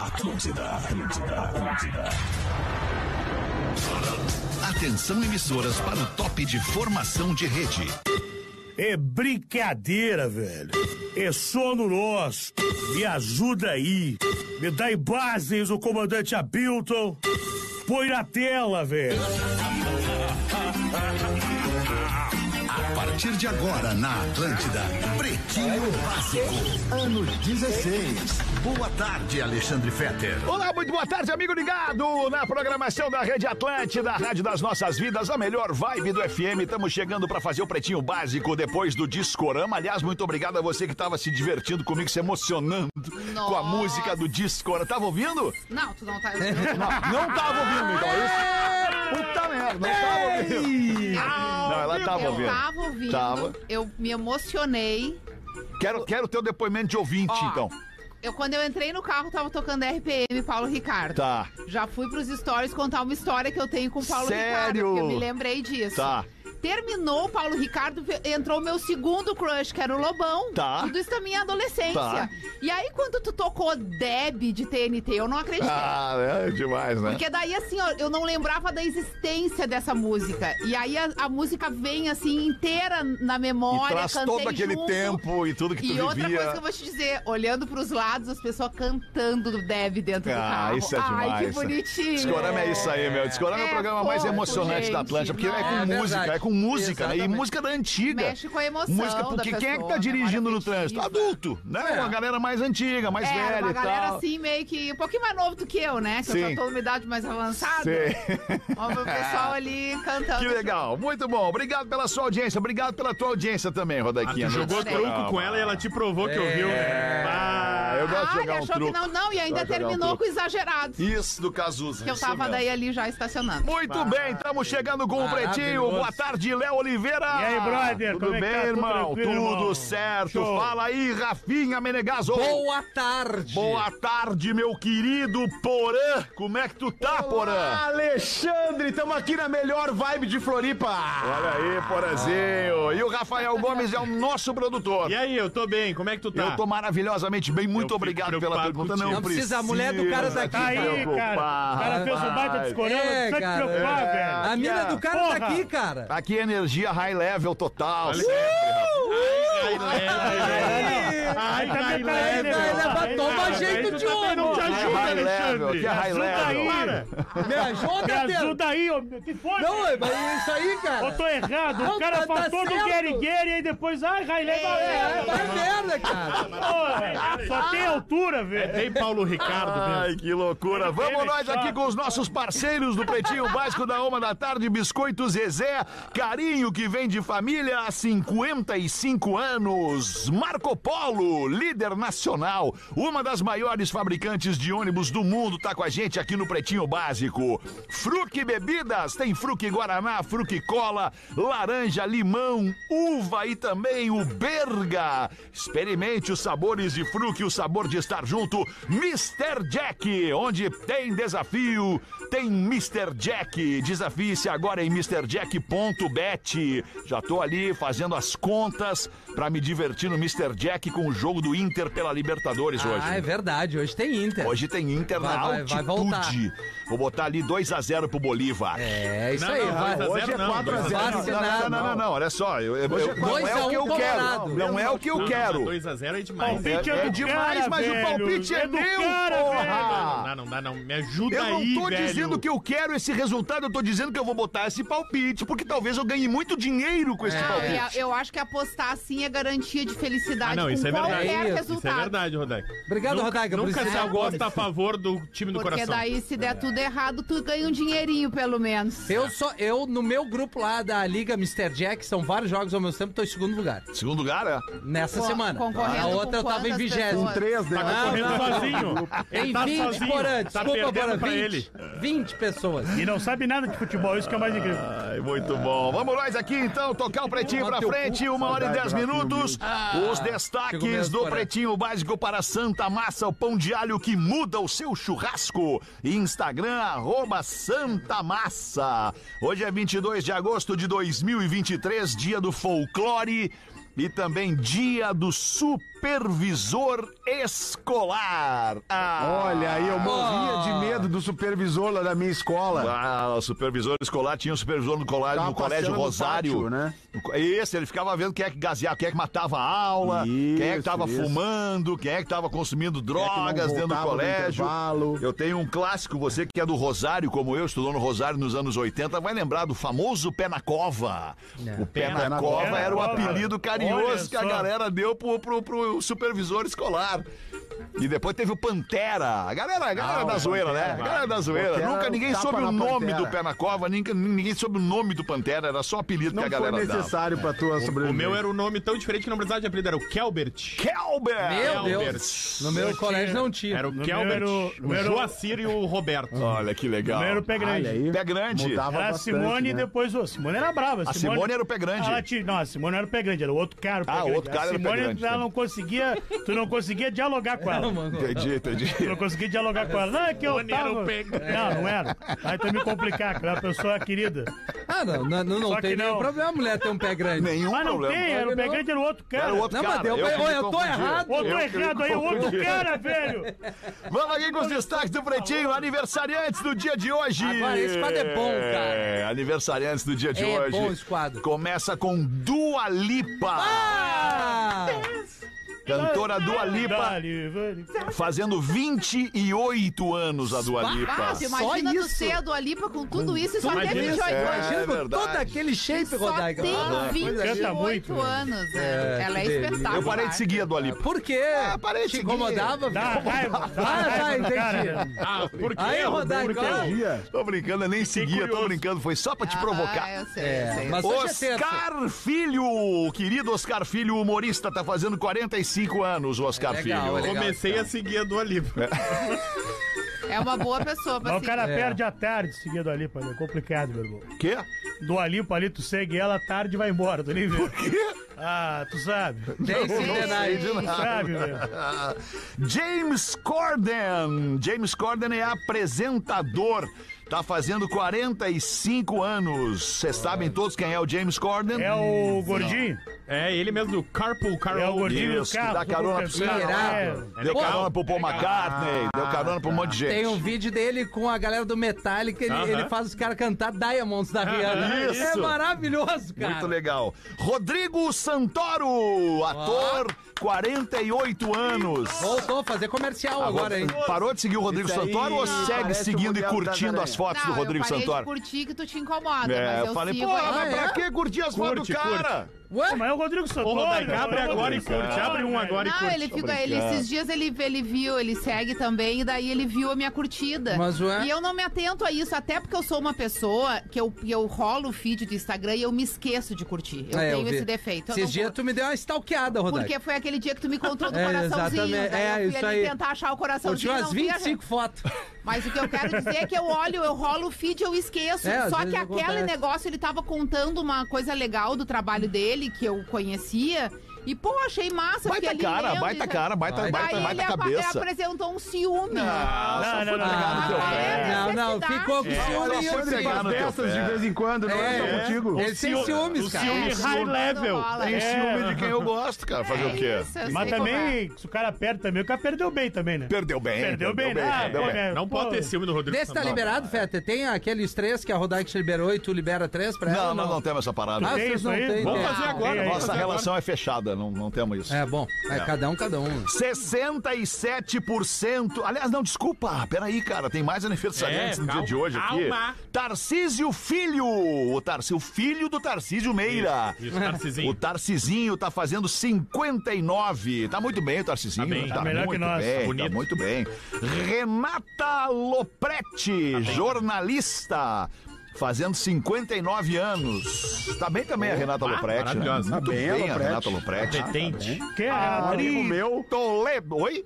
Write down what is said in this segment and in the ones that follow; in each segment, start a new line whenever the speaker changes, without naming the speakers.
Atlântida, Atlântida, Atlântida. Atenção emissoras para o top de formação de rede.
É brincadeira, velho. É sono nosso. Me ajuda aí. Me dá em bases o comandante Abilton. Põe na tela, velho.
A partir de agora na Atlântida, Pretinho Básico, ano 16. Boa tarde, Alexandre Fetter.
Olá, muito boa tarde, amigo ligado na programação da Rede Atlântida, a Rádio das Nossas Vidas, a melhor vibe do FM. Estamos chegando para fazer o Pretinho Básico depois do Discorama. Aliás, muito obrigado a você que estava se divertindo comigo, se emocionando com a
Nossa.
música do Discorama. Tava ouvindo?
Não, tu não tá.
Não, não tava ouvindo, então. é Isso. Puta merda, não tava ouvindo. Não, ela tava
eu
ouvindo.
tava ouvindo,
Tava.
eu me emocionei.
Quero, quero teu depoimento de ouvinte,
Ó.
então.
Eu, quando eu entrei no carro, tava tocando RPM Paulo Ricardo.
Tá,
Já fui pros stories contar uma história que eu tenho com o Paulo
Sério?
Ricardo. porque Eu me lembrei disso.
tá.
Terminou o Paulo Ricardo, ve- entrou o meu segundo crush, que era o Lobão.
Tá.
Tudo isso na minha adolescência.
Tá.
E aí, quando tu tocou Deb de TNT, eu não acreditei.
Ah, é demais, né?
Porque daí, assim, ó, eu não lembrava da existência dessa música. E aí a, a música vem, assim, inteira na memória.
E traz
cantei
todo aquele
junto.
tempo e tudo que tu
E outra
vivia.
coisa que eu vou te dizer, olhando pros lados, as pessoas cantando do Dev dentro do
Ah,
carro.
isso é
Ai, que
demais, né?
bonitinho.
Discorama é isso aí, meu. Discorama é, o
É
programa mais
fofo,
emocionante da
gente.
Atlântica, porque é
Não,
com
é
música,
verdade.
é com música, né? E
Exatamente.
música da antiga.
Mexe com a emoção
Música,
da
porque quem é que tá
pessoa, né?
dirigindo
memória
no trânsito?
afetiva.
Adulto, né?
É.
Uma galera mais antiga, mais
É, era
velha
uma
e
galera
tal.
assim, meio que um pouquinho mais novo do que eu, né? Que eu
Sim.
já tô numa idade mais avançada.
Sim.
Ó, O pessoal ali cantando.
Que legal, muito bom. Obrigado pela sua audiência, obrigado pela tua audiência também, Rodaquinha.
Ah, Tu
no
jogou
Discorama.
truco com ela e ela te provou que ouviu. né? Ah,
Eu gosto de
Ah, ele
jogar um
achou que
truco.
não, não, e
Gosto
ainda
de jogar um
terminou
truco.
com exagerado.
Isso do Cazuza.
Que eu
isso
tava
mesmo.
daí ali já estacionando.
Muito bem, estamos chegando com o Pretinho.
Maravilhoso.
Boa tarde, Léo Oliveira.
E aí, brother,
Tudo
como é que
bem,
tá? Tudo
irmão? Tudo
tranquilo, irmão?
certo.
Show.
Fala aí, Rafinha Menegaso.
Boa tarde.
Boa tarde, meu querido Porã. Como é que tu tá, Porã?
Alexandre, estamos aqui na melhor vibe de Floripa.
Olha aí, Porãzinho. E o Rafael Gomes é o nosso produtor.
E aí, eu tô bem, como é que tu tá?
Eu tô maravilhosamente bem, muito
Eu
obrigado
fico
pela
preocupado
pergunta. Não,
contigo.
Não precisa, a mulher do cara tá aqui,
Tá aí, cara. O cara fez um baita discorama.
É,
não precisa te
cara.
preocupar,
É.
velho.
A mina do cara tá
Porra.
aqui, cara.
Aqui é energia high level total. Uh!
Olha sempre, rapaz. Ai, ai, ai,
Aí
ai,
tá
ai,
metade,
ai,
né,
ai,
velho?
Ela
Aí,
toma
cara,
jeito
aí tu
de
tá
também
homem.
Não te
Aqui é
ajuda,
high level,
Alexandre.
aqui é high
Me ajuda
level.
aí.
Para.
Me
Me
ajuda, Pedro.
ajuda aí, ô meu. Que foi?
Não, é, mas é isso aí,
Eu
cara.
tô errado. O
Não,
cara
tá-
faz
tá
todo o
certo.
guerigueiro e aí depois. Ai, Railé,
É,
valeu.
vai merda, cara.
Pô, Só
Ah.
tem altura, velho.
Tem Paulo Ricardo mesmo.
Ai, que loucura. Vamos nós aqui com os nossos parceiros do Pretinho Básico da Uma da Tarde, Biscoito Zezé, carinho que vem de família há 55 anos. Marco Polo, líder nacional, uma das maiores fabricantes de ônibus do mundo, tá com a gente aqui no Pretinho Básico. Fruque Bebidas, tem Fruque Guaraná, Fruque Cola, laranja, limão, uva e também o berga. Experimente os sabores de fruque, o sabor de estar junto. Mr. Jack, onde tem desafio, tem Mr. Jack. Desafie-se agora em MrJack.bet. Já tô ali fazendo as contas pra me divertir no Mr. Jack com o jogo do Inter pela Libertadores hoje.
Ah, é verdade. Hoje tem Inter.
Hoje tem Inter
Vai-
na
vai- vai voltar.
altitude. Vou botar ali 2 a 0 pro Bolívar.
É, isso
Não,
aí.
não,
vai.
dois a zero
Hoje é
não,
4 a
dois
0.
zero.
Não, não, não, não, não, não, olha só. Eu, eu- eu- não
dois
é
a
o que
um
eu quero.
Colorado.
Não é o que eu quero.
2x0 é demais.
Palpite
É-
é,
é
do
demais,
cara,
mas o
velho.
palpite é
do
meu,
cara,
porra.
velho.
Não dá, não dá, não. Me ajuda
Eu
aí,
não tô
velho.
dizendo que eu quero esse resultado, eu tô dizendo que eu vou botar esse palpite, porque talvez eu ganhe muito dinheiro com esse
É. Não, e a-
palpite.
eu acho que apostar assim é garantia de felicidade
Ah, não,
com
isso é verdade.
qualquer
É isso,
Isso é
resultado.
verdade, Rodaica.
Obrigado,
Nunca-
Rodaica, por
Nunca
esse
se
exemplo.
agosta a favor do time do
Porque
coração.
daí, se der tudo errado, tu ganha um dinheirinho, pelo menos.
Eu só, eu, no meu grupo lá da Liga Mr. Jack, são vários jogos ao mesmo tempo, tô em segundo lugar.
Segundo lugar, é.
Nessa
Co-
semana.
concorrendo
A
com
outra eu tava em
quantas
vigésimo.
pessoas?
Três
Tá
delas.
Não,
correndo
não.
sozinho.
Tem
Ele tá
20
sozinho.
Porã,
Tá
desculpa, Porã,
perdendo pra
20,
ele.
20 pessoas.
E não sabe nada de futebol, isso que é o mais incrível.
Ah,
Ai, muito bom. Vamos nós aqui então, tocar o pretinho pra frente, uma hora e dez minutos. Os
Ah, Chegou
destaques
mesmo,
do
Porã.
pretinho básico para Santa Massa, o pão de alho que muda o seu churrasco. Instagram, arroba Santa Massa. Hoje é 22 de agosto de 2023, dia do folclore. E também dia do supervisor escolar. Ah,
Olha aí, eu morria
Ah.
de medo do supervisor lá da minha escola.
Ah, o supervisor escolar tinha um supervisor no, colá-
Tava
no colégio
passeando no
Rosário.
pátio, né?
No co- Esse, ele ficava vendo quem é que gaseava, quem é que matava a aula, quem é que
Isso,
tava
isso.
fumando, quem é que tava consumindo
é que não
drogas dentro do
voltava no
colégio.
intervalo.
eu tenho um clássico, você que é do Rosário, como eu, estudou no Rosário nos anos 80, vai lembrar do famoso Pé na Cova.
É.
O Pé, na,
na
Cova,
Cova. é
era o apelido
Olha
carinhoso que a
só.
galera deu pro, pro- pro supervisor escolar. E depois teve o Pantera. A galera, a galera
Ah,
da
o
zoeira, né? A
Pantera.
galera da zoeira.
Pantera,
Nunca ninguém
tapa
soube
na
o nome
Pantera.
do Pé na Cova, ninguém, ninguém soube o nome do Pantera, era só apelido
Não
que a
foi
galera dava.
necessário pra tua
O
sobreviver.
meu era um nome tão diferente que não precisava de apelido, era o Kelbert.
Kelber!
Meu
Albert.
Deus. No meu colégio não tinha.
Era o
Número-
Kelbert, o
número-
Joacir e o Roberto.
Olha que legal.
Primeiro pé grande.
Olha aí.
Pé grande.
Mudava
Era a
bastante,
Simone e
né?
depois o. Simone era brava.
A Simone era o pé grande.
Ela tinha- Não, a Simone era o pé grande, era o outro cara. O pé
Ah, o
grande.
outro cara
a
era o pé
Simone,
grande,
ela
né?
não conseguia. Tu não conseguia dialogar com ela. Tu
Entendi, entendi.
não conseguia dialogar com ela. Não, é que eu
Simone era
tava...
o pé grande.
Não, não era. Aí tu ia me complicar, que era uma pessoa querida.
Ah, não, não, não, não
Só que
tem nenhum
não.
problema a mulher ter um pé grande.
Nenhum
Mas não
problema.
tem, era o pé grande, era o outro cara.
Era o outro
Não, mas
cara.
deu bem-
que me
Olha, eu tô
confundi.
errado.
Ô, tô
Eu que me
errado aí, o outro
confundi.
cara, velho!
Vamos aqui com os destaques do Pretinho, aniversariantes do dia de hoje.
Agora, esse quadro é bom, cara.
É, aniversariantes do dia de
É
hoje.
bom esse quadro.
Começa com Dua Lipa.
Ah!
Cantora Dua Lipa,
Dali, velho.
fazendo 28 anos a Dua
Ah,
Lipa.
tu imagina
Só
tu ser a Dua Lipa com tudo isso e só
Tudo
ter
isso,
28
é.
anos.
Imagina com
verdade.
todo aquele shape,
Só
Rodaica. Ah,
tem
coisa linda.
28
muito, né?
anos. né?
É,
Ela é
que delícia.
espetacular.
Eu parei de seguir a Dua Lipa.
é. Por quê?
Ah, parei de
Te
seguir.
incomodava?
Dá
velho?
raiva, dá
Ah, tá,
raiva, do
entendi.
cara.
Ah, por quê?
Aí, Rodaica, olha.
Dia.
Tô brincando, eu nem seguia, tô
curioso.
brincando, foi só pra te
Ah,
provocar.
eu sei, eu
É,
sei.
mas hoje é terça.
Oscar Filho, o querido Oscar Filho, humorista, tá fazendo 45 anos, o Oscar
É legal,
Filho.
é legal.
Comecei a seguir a Dua Lipa.
É uma boa pessoa pra
Mas o
seguir.
cara
É.
perde a tarde seguindo a Lipa, né? É complicado, meu irmão.
O quê?
Do Alipa ali, tu segue ela à tarde e vai embora, tu nem vê. Por quê? Ah, tu sabe.
Tem
sei
centenário.
de
Tu sabe, velho.
James Corden. James Corden é apresentador. Tá fazendo 45 anos. Vocês sabem todos quem é o James Corden?
É o gordinho?
É, ele mesmo, do Carpool
É o
Carol.
gordinho
Isso,
do carro.
que dá carona
todo
pro cara.
pesado.
É
Deu
legal.
carona pro Paul McCartney, deu carona pra um monte de gente.
Tem um vídeo dele com a galera do Metallica, ele,
Aham.
ele faz os caras cantar Diamonds
Ah,
da Rihanna.
isso.
É maravilhoso, cara.
Muito legal. Rodrigo Santoro, ator, 48 anos.
Voltou a fazer comercial agora, hein?
Parou de seguir o Rodrigo
Isso aí
Santoro ou segue
parece o
seguindo e
Mundial
curtindo
das
as fotos
Não,
do Rodrigo
eu parei
Santoro?
de curtir que tu te incomoda,
É,
mas
eu
eu
falei,
sigo
pô,
ainda.
mas
Ah,
pra
é?
que curtir as fotos do
Curte,
cara?
Ué?
Pô, Mas é o Rodrigo
Ô,
Santoro.
Rodaica, abre
é o
agora e
Rodrigo
curte.
Santoro,
Abre um
velho.
agora e
Não,
curte.
ele ficou,
brincando.
ele, esses dias ele, ele viu, ele segue também, e daí ele viu a minha curtida.
Mas ué.
E eu não me atento a isso, até porque eu sou uma pessoa que eu, que eu rolo o feed do Instagram e eu me esqueço de curtir. Eu
É,
tenho
vi.
esse defeito. Eu
Esses
não
dias
vou-
tu me deu uma stalkeada, Rodaica.
Porque foi aquele dia que tu me contou do
É,
coraçãozinho.
exatamente.
Daí
É,
eu fui
isso
ali
aí.
tentar achar é o coraçãozinho.
Curtiu
e
umas
não né? vi a-
25 fotos.
Mas o que eu quero dizer é que eu olho, eu rolo o feed, eu esqueço.
É, às
Só
vezes
que aquele
acontece.
negócio, ele tava contando uma coisa legal do trabalho dele, que eu conhecia. E, pô, achei massa. fiquei
Baita
ali né?
cara,
lendo,
baita
e-
cara, baita,
Daí
baita,
Daí
baita
ele apa-
cabeça.
apresentou um ciúme.
Não, não, não.
Ah,
teu
né?
pé.
não, não,
Necessidade.
ficou com
É,
ciúme
só foi
e
pegar
eu
Umas
no teu
dessas de
pé.
vez em quando, não é, só contigo.
Ele tem ciúmes,
o
cara.
ciúme
É,
high
ciúme
level.
não rola.
Tem
É,
ciúme de quem eu gosto, cara. Fazer o quê?
isso, eu
Mas
sei como é.
também, se o cara perde também, o cara perdeu bem também, né?
Perdeu bem.
Perdeu bem, né?
perdeu
Ah,
bem.
é,
Não
pô.
pode ter ciúme do Rodrigo
Desse tá
Santoro.
liberado, Feta? Tem aqueles três que a Rodaica te liberou e tu libera três pra
Não,
ela?
não, não temos essa parada.
Ah,
Tem
vocês
É isso
não
aí?
têm.
Vamos
né?
fazer agora.
Tem aí.
vamos
Nossa
fazer agora.
relação é fechada, não, não temos isso.
É, bom. É,
Não.
cada um, cada um.
67%. Aliás, não, desculpa. Peraí, cara, tem mais aniversariantes
É,
no dia
calma,
de hoje aqui.
calma.
Tarcísio Filho. O, Tarci, o filho do Tarcísio Meira.
Isso, Narcisinho.
O Tarcizinho tá fazendo 59. Tá muito bem o Tarcizinho.
Tá bem,
tá
tá
melhor
muito
que nós.
Bem,
Bonito.
Tá muito bem. Renata Lopretti, jornalista. Fazendo 59 anos. Tá bem também a Renata Lopretti. Né?
maravilhosa.
Muito
Tá bem
bem,
a
a
Lopretti.
Renata Lopretti.
Competente.
Que é,
Um amigo meu,
Toledo. Oi?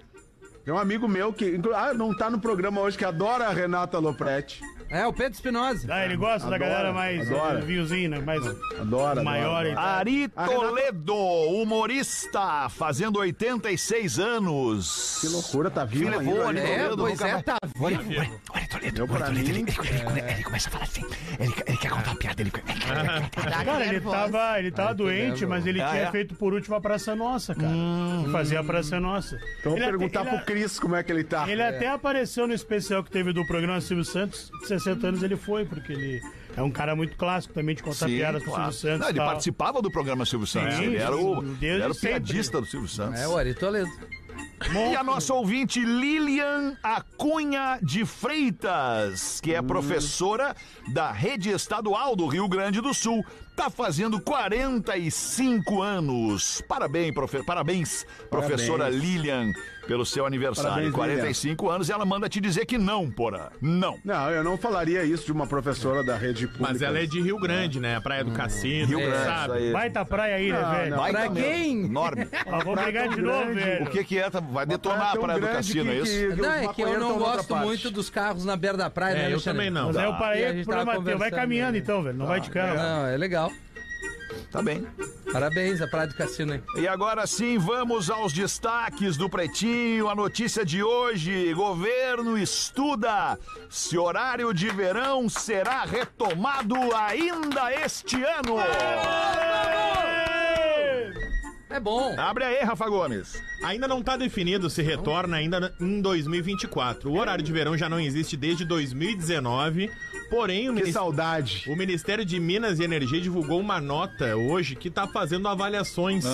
tem um amigo meu que inclu- ah, não tá no programa hoje, que adora a Renata Lopretti.
É, o Pedro Espinosa.
Ah, ele gosta da
Adora,
galera mais
adora.
eh, vinhozinho, né? Mais
Adoro,
maior. e tal.
Ari Toledo, humorista, fazendo 86 anos.
Que loucura, tá vivo
Filha,
ainda.
boa,
olha.
né?
É,
Toledo,
pois
nunca
é,
mais-
tá. Olha,
Eu, pra mim, é.
assim.
Ah,
Tá
Cara, ele tava, né? ele tava doente, mas ele
Ah,
tinha
é?
feito por último a Praça Nossa, cara.
Hum.
Fazia a Praça Nossa.
então
Ele
vou
até-
perguntar
ele a-
pro Cris como é que ele tá.
Ele até apareceu no especial que teve do programa Silvio Santos. De 60 anos ele foi, porque ele é um cara muito clássico também de contar
Sim,
piadas com o
claro.
Silvio Santos.
Não, ele
tal.
participava do programa Silvio Santos.
Sim,
ele era o,
desde
ele era o
sempre.
piadista do Silvio Santos.
É, o Ari Toledo.
E a nossa ouvinte Lilian Acunha de Freitas, que é professora da Rede Estadual do Rio Grande do Sul, tá fazendo 45 anos. Parabéns, profe- parabéns, professora Lilian, pelo seu aniversário.
Parabéns,
45 anos e ela manda te dizer que não, Porã. Não.
Não, eu não falaria isso de uma professora da rede pública.
Mas ela é de Rio Grande, né? Praia do Cassino,
Hum. Rio
é,
Grande,
sabe?
isso aí.
Baita praia aí, né, velho?
Vai
Pra
dar mesmo.
quem?
Enorme.
Ah,
tá
vou brigar de novo, velho.
O que que é? Tá- Vai
Praia
detonar a
tão
Praia do
grande
Cassino, é
que-
isso?
que- que
Não,
os
é que eu
maconheiros
não
estão na outra
gosto
parte.
muito dos carros na beira da praia, né,
É, eu
Alexandre?
também não.
Mas aí eu
E a
parei
gente
pro problema
tava
teu. Vai
conversando,
caminhando
né?
então, velho. Não vai de cara.
Não, é legal.
Tá bem.
Parabéns, a Praia do Cassino, hein?
E agora sim, vamos aos destaques do Pretinho. A notícia de hoje: governo estuda se horário de verão será retomado ainda este ano.
É bom.
Abre aí, Rafa Gomes.
Ainda não está definido se retorna ainda em 2024. O horário de verão já não existe desde 2019, porém o,
Que
minis-
saudade.
o Ministério de Minas e Energia divulgou uma nota hoje que está fazendo avaliações,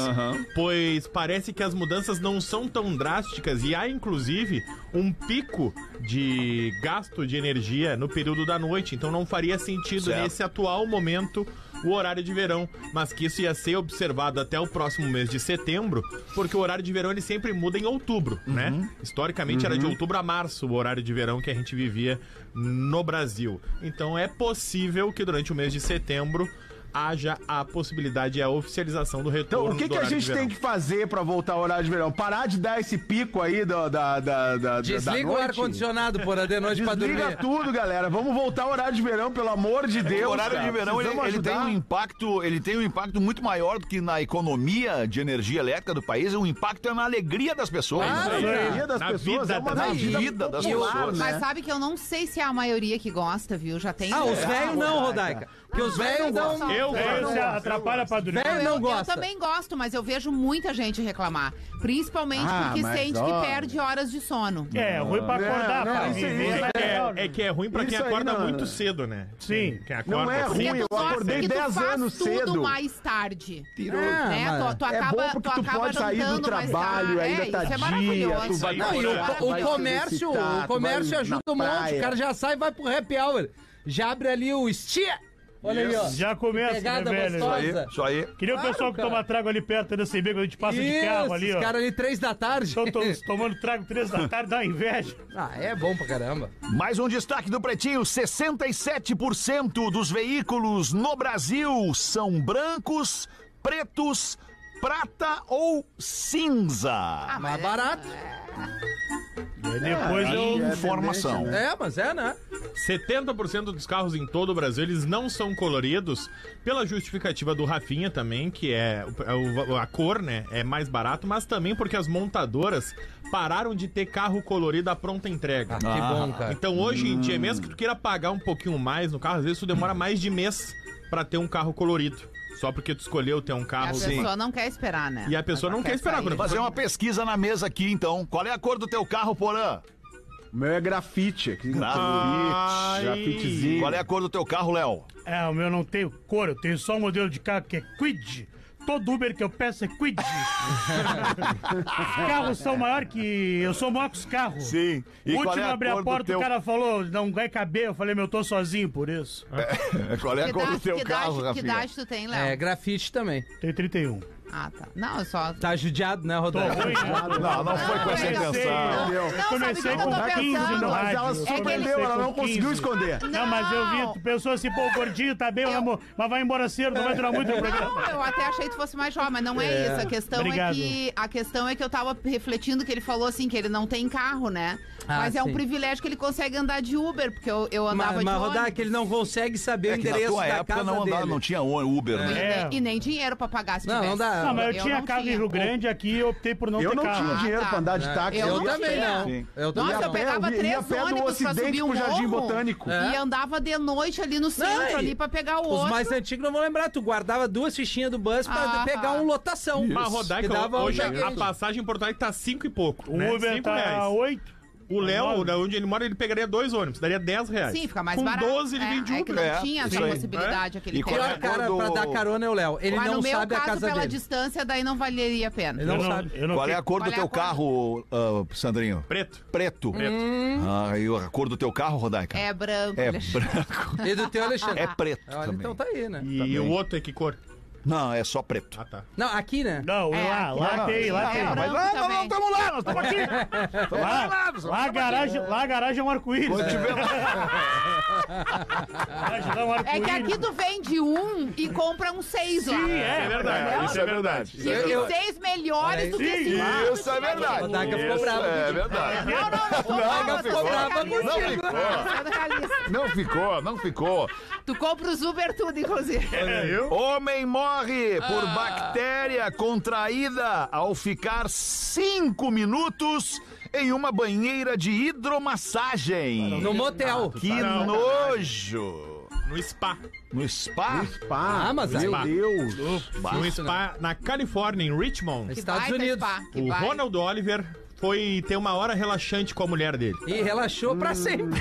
pois parece que as mudanças não são tão drásticas e há inclusive um pico de gasto de energia no período da noite, então não faria sentido
Certo.
nesse atual momento o horário de verão, mas que isso ia ser observado até o próximo mês de setembro, porque o horário de verão ele sempre muda em outubro,
Uhum.
né? Historicamente era de outubro a março o horário de verão que a gente vivia no Brasil. Então é possível que durante o mês de setembro haja a possibilidade e a oficialização do
Então,
retorno
o que,
do
que a
horário de
gente
verão.
tem que fazer pra voltar ao horário de verão? Parar de dar esse pico aí da, da, da, da, da
Desliga o
noite?
ar-condicionado, porra, de noite pra dormir.
Desliga tudo, galera. Vamos voltar ao horário de verão, pelo amor de Deus.
É, o horário de
cara.
verão ele,
Precisamos
ele tem
ajudar.
um impacto, ele tem um impacto muito maior do que na economia de energia elétrica do país. O impacto é na alegria das pessoas.
Claro,
A maioria das
Na
pessoas
vida
é uma
da-
das
Na vida das pessoas.
Mas
né?
sabe que eu não sei se é a maioria que gosta, viu? Já tem.
Ah, os velhos não, Rodaica. Porque os velhos não.
Eu
Aí você atrapalha pra dormir.
Velho
eu,
não gosta.
eu também gosto, mas eu vejo muita gente reclamar. Principalmente
Ah,
porque
mas
sente
olha.
que perde horas de sono.
É, ruim pra acordar,
não,
pra
isso aí,
viver.
isso
mas
É,
legal, né?
é que é ruim pra quem
Isso aí
acorda
não,
muito
né?
cedo, né?
Sim.
Quem acorda
Não é
cedo.
ruim,
Porque
eu
tu gosta
acordei
que tu
10
faz
anos
tudo
cedo.
mais tarde.
Ah,
né?
mas-
tu, tu
É
acaba,
bom porque tu
acaba
pode sair do
jantando mais
trabalho,
tarde.
ainda
é, isso
tá
é
dia,
maravilhoso.
tu vai
Não, e o,
Vai
co- o
se
comércio,
exercitar,
o
tu
comércio
vai
ajuda
na
um monte.
praia.
O cara já sai e vai pro happy hour. Já abre ali o estia. Olha aí, ó.
Já começa, né,
Pegada
velho?
gostosa.
Isso aí, isso aí.
Que nem o
Claro,
pessoal que
cara.
toma trago ali perto da CB, quando a gente passa de
Isso,
carro ali, ó.
Os caras ali três da tarde.
Estão todos tomando trago três da tarde, dá uma inveja.
Ah, é bom pra caramba.
Mais um destaque do Pretinho: 67% dos veículos no Brasil são brancos, pretos, prata ou cinza.
Mais barato.
E depois
Aí,
é
eu.
é, informação.
né?
É, mas é, né?
70% dos carros em todo o Brasil eles não são coloridos pela justificativa do Rafinha também, que é o- é o- a cor, né, é mais barato, mas também porque as montadoras pararam de ter carro colorido à pronta entrega.
Ah,
Que bom, cara.
Então hoje em
Hum.
dia, mesmo que tu queira pagar um pouquinho mais no carro, às vezes tu demora mais de mês pra ter um carro colorido, só porque tu escolheu ter um
E a
carro.
pessoa não quer esperar, né?
E a pessoa
Ela
não quer esperar,
sair.
quando
Fazer uma pesquisa na mesa aqui, então. Qual é a cor do teu carro, Porã?
O meu é grafite aqui.
Grafite.
Grafite. Grafitezinho.
Qual é a cor do teu carro, Léo?
É, o meu não tem cor, eu tenho só um modelo de carro que é Quid. Todo Uber que eu peço é Quid. Os carros são maior que. Eu sou maior que os carros.
Sim. E qual
Último
é a
abri a
cor do
porta,
teu-
o cara falou, não vai caber. Eu falei, meu, eu tô sozinho por isso.
Qual é a
Que
cor do
idade-
teu
que
carro,
idade, Que
Rafinha? É
idade tu tem, Léo?
É, grafite também.
Tenho 31.
Ah, tá. Não, eu só.
Tá judiado, né, Rodolfo?
Tô ruim, né?
Não, não foi com essa
Comecei.
intenção.
Não,
Entendeu?
Não, sabe o que
comecei
que eu
com
tô
15
pensando? é
no
Mas
rádio.
ela
eu
surpreendeu,
comecei
ela
com
não conseguiu
15.
esconder.
Não, mas eu vi, tu pensou assim, pô, o gordinho tá bem, o amor, mas vai embora cedo, não vai durar muito o programa.
Não, eu até achei que tu fosse mais jovem, mas não é, isso. A questão
Obrigado.
é que a questão é que eu tava refletindo que ele falou assim que ele não tem carro, né?
Ah,
mas é um
sim.
privilégio que ele consegue andar de Uber, porque eu, eu andava
Mas,
de
mas
ônibus.
Rodar, que ele não consegue saber
É
o
que na
endereço
tua
da
época
casa
não
dele.
andava, não tinha Uber,
E,
né?
É.
nem, e nem dinheiro pra pagar se
Não, não
tivesse.
dá.
Não, mas eu, tinha
não
casa em Rio Grande aqui eu optei por não
Eu
ter
não
carro.
tinha dinheiro
Ah, tá.
pra andar de
É,
táxi.
Eu,
Eu não
também
tinha.
não.
Sim.
Eu também
Nossa, eu
não.
pegava
ia
três
a pé do
ônibus pra
Ocidente
subir um
pro Jardim
morro
Botânico.
E andava de noite ali no centro,
Não, e-
ali pra pegar o
Os
outro.
mais antigos não vão lembrar, tu guardava duas fichinhas do bus
Ah.
pra pegar um lotação.
Mas
que
Rodaica,
dava
hoje é
um
a
check-in.
passagem em Porto Alegre tá 5 e pouco.
O
né?
Uber
Cinco
tá
reais.
8.
O Léo,
Nove.
né?
da onde ele mora, ele pegaria dois ônibus, daria 10 reais.
É Sim, fica mais
Com
barato.
12 ele
é,
vende um
é
Uber.
que não tinha
Sim.
essa possibilidade aquele
E
O
tempo.
pior cara
Quando-
pra dar carona é o Léo. Ele
Mas
não
no meu
sabe a
caso,
casa
pela
dele.
distância, daí não valeria a pena.
Ele
Eu
não,
não,
sabe.
eu não
Qual é a cor
Qual
do
é a
teu
cor?
carro, ah, Sandrinho?
Preto.
Preto. Ah, e a cor do teu carro, Rodaica?
Hum. É branco.
É
Alexandre.
branco.
E do teu Alexandre.
É preto
Olha,
também.
então tá aí, né?
E
Também.
o outro é que cor?
Não, é só preto.
Ah, tá.
Não, aqui, né?
Não,
É,
lá,
aqui
lá
não.
tem, lá
É
tem.
branco.
lá,
também.
estamos lá, nós estamos aqui.
Lá, lá, a garagem, lá a garagem é um arco-íris.
Quando tiver
A garagem lá É um
É que aqui
arco-íris.
tu vende um e compra um seis lá.
Sim,
É
é.
verdade, isso é verdade.
Existem
Eu- eu-
seis melhores do que
Sim,
esse
isso
Isso é verdade.
Rodaica ficou
Isso
brava
É
contigo.
verdade.
Não, não, não, tô brava,
não
tô
ficou.
realista,
Não ficou.
tô realista.
Não ficou, não ficou.
Tu compra os Uber tudo, inclusive.
É,
É,
Homem morre por bactéria contraída ao ficar cinco minutos em uma banheira de hidromassagem.
No motel.
Que nojo!
No spa.
No spa?
Pá,
Ah, mas aí-
meu Deus.
No spa na Califórnia, em Richmond.
Estados
baita
Unidos.
spa, né? que
O
baita.
Ronald Oliver foi ter uma hora relaxante com a mulher dele.
E relaxou pra sempre.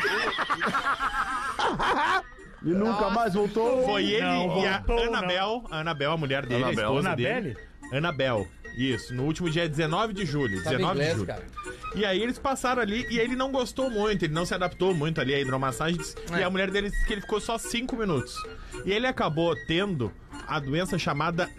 E nunca
Nossa.
mais voltou.
Foi ele
Não,
e a
voltou,
Anabel, a Anabel, a mulher dele,
Anabel.
a esposa
Anabelle?
dele. Anabel. Isso, no último dia 19 de julho.
Sabe
19 de
inglês,
julho.
cara.
E aí eles passaram ali e ele não gostou muito, ele não se adaptou muito ali à hidromassagem. disse-
É.
E a mulher dele disse que ele ficou só 5 minutos. E ele acabou tendo a doença chamada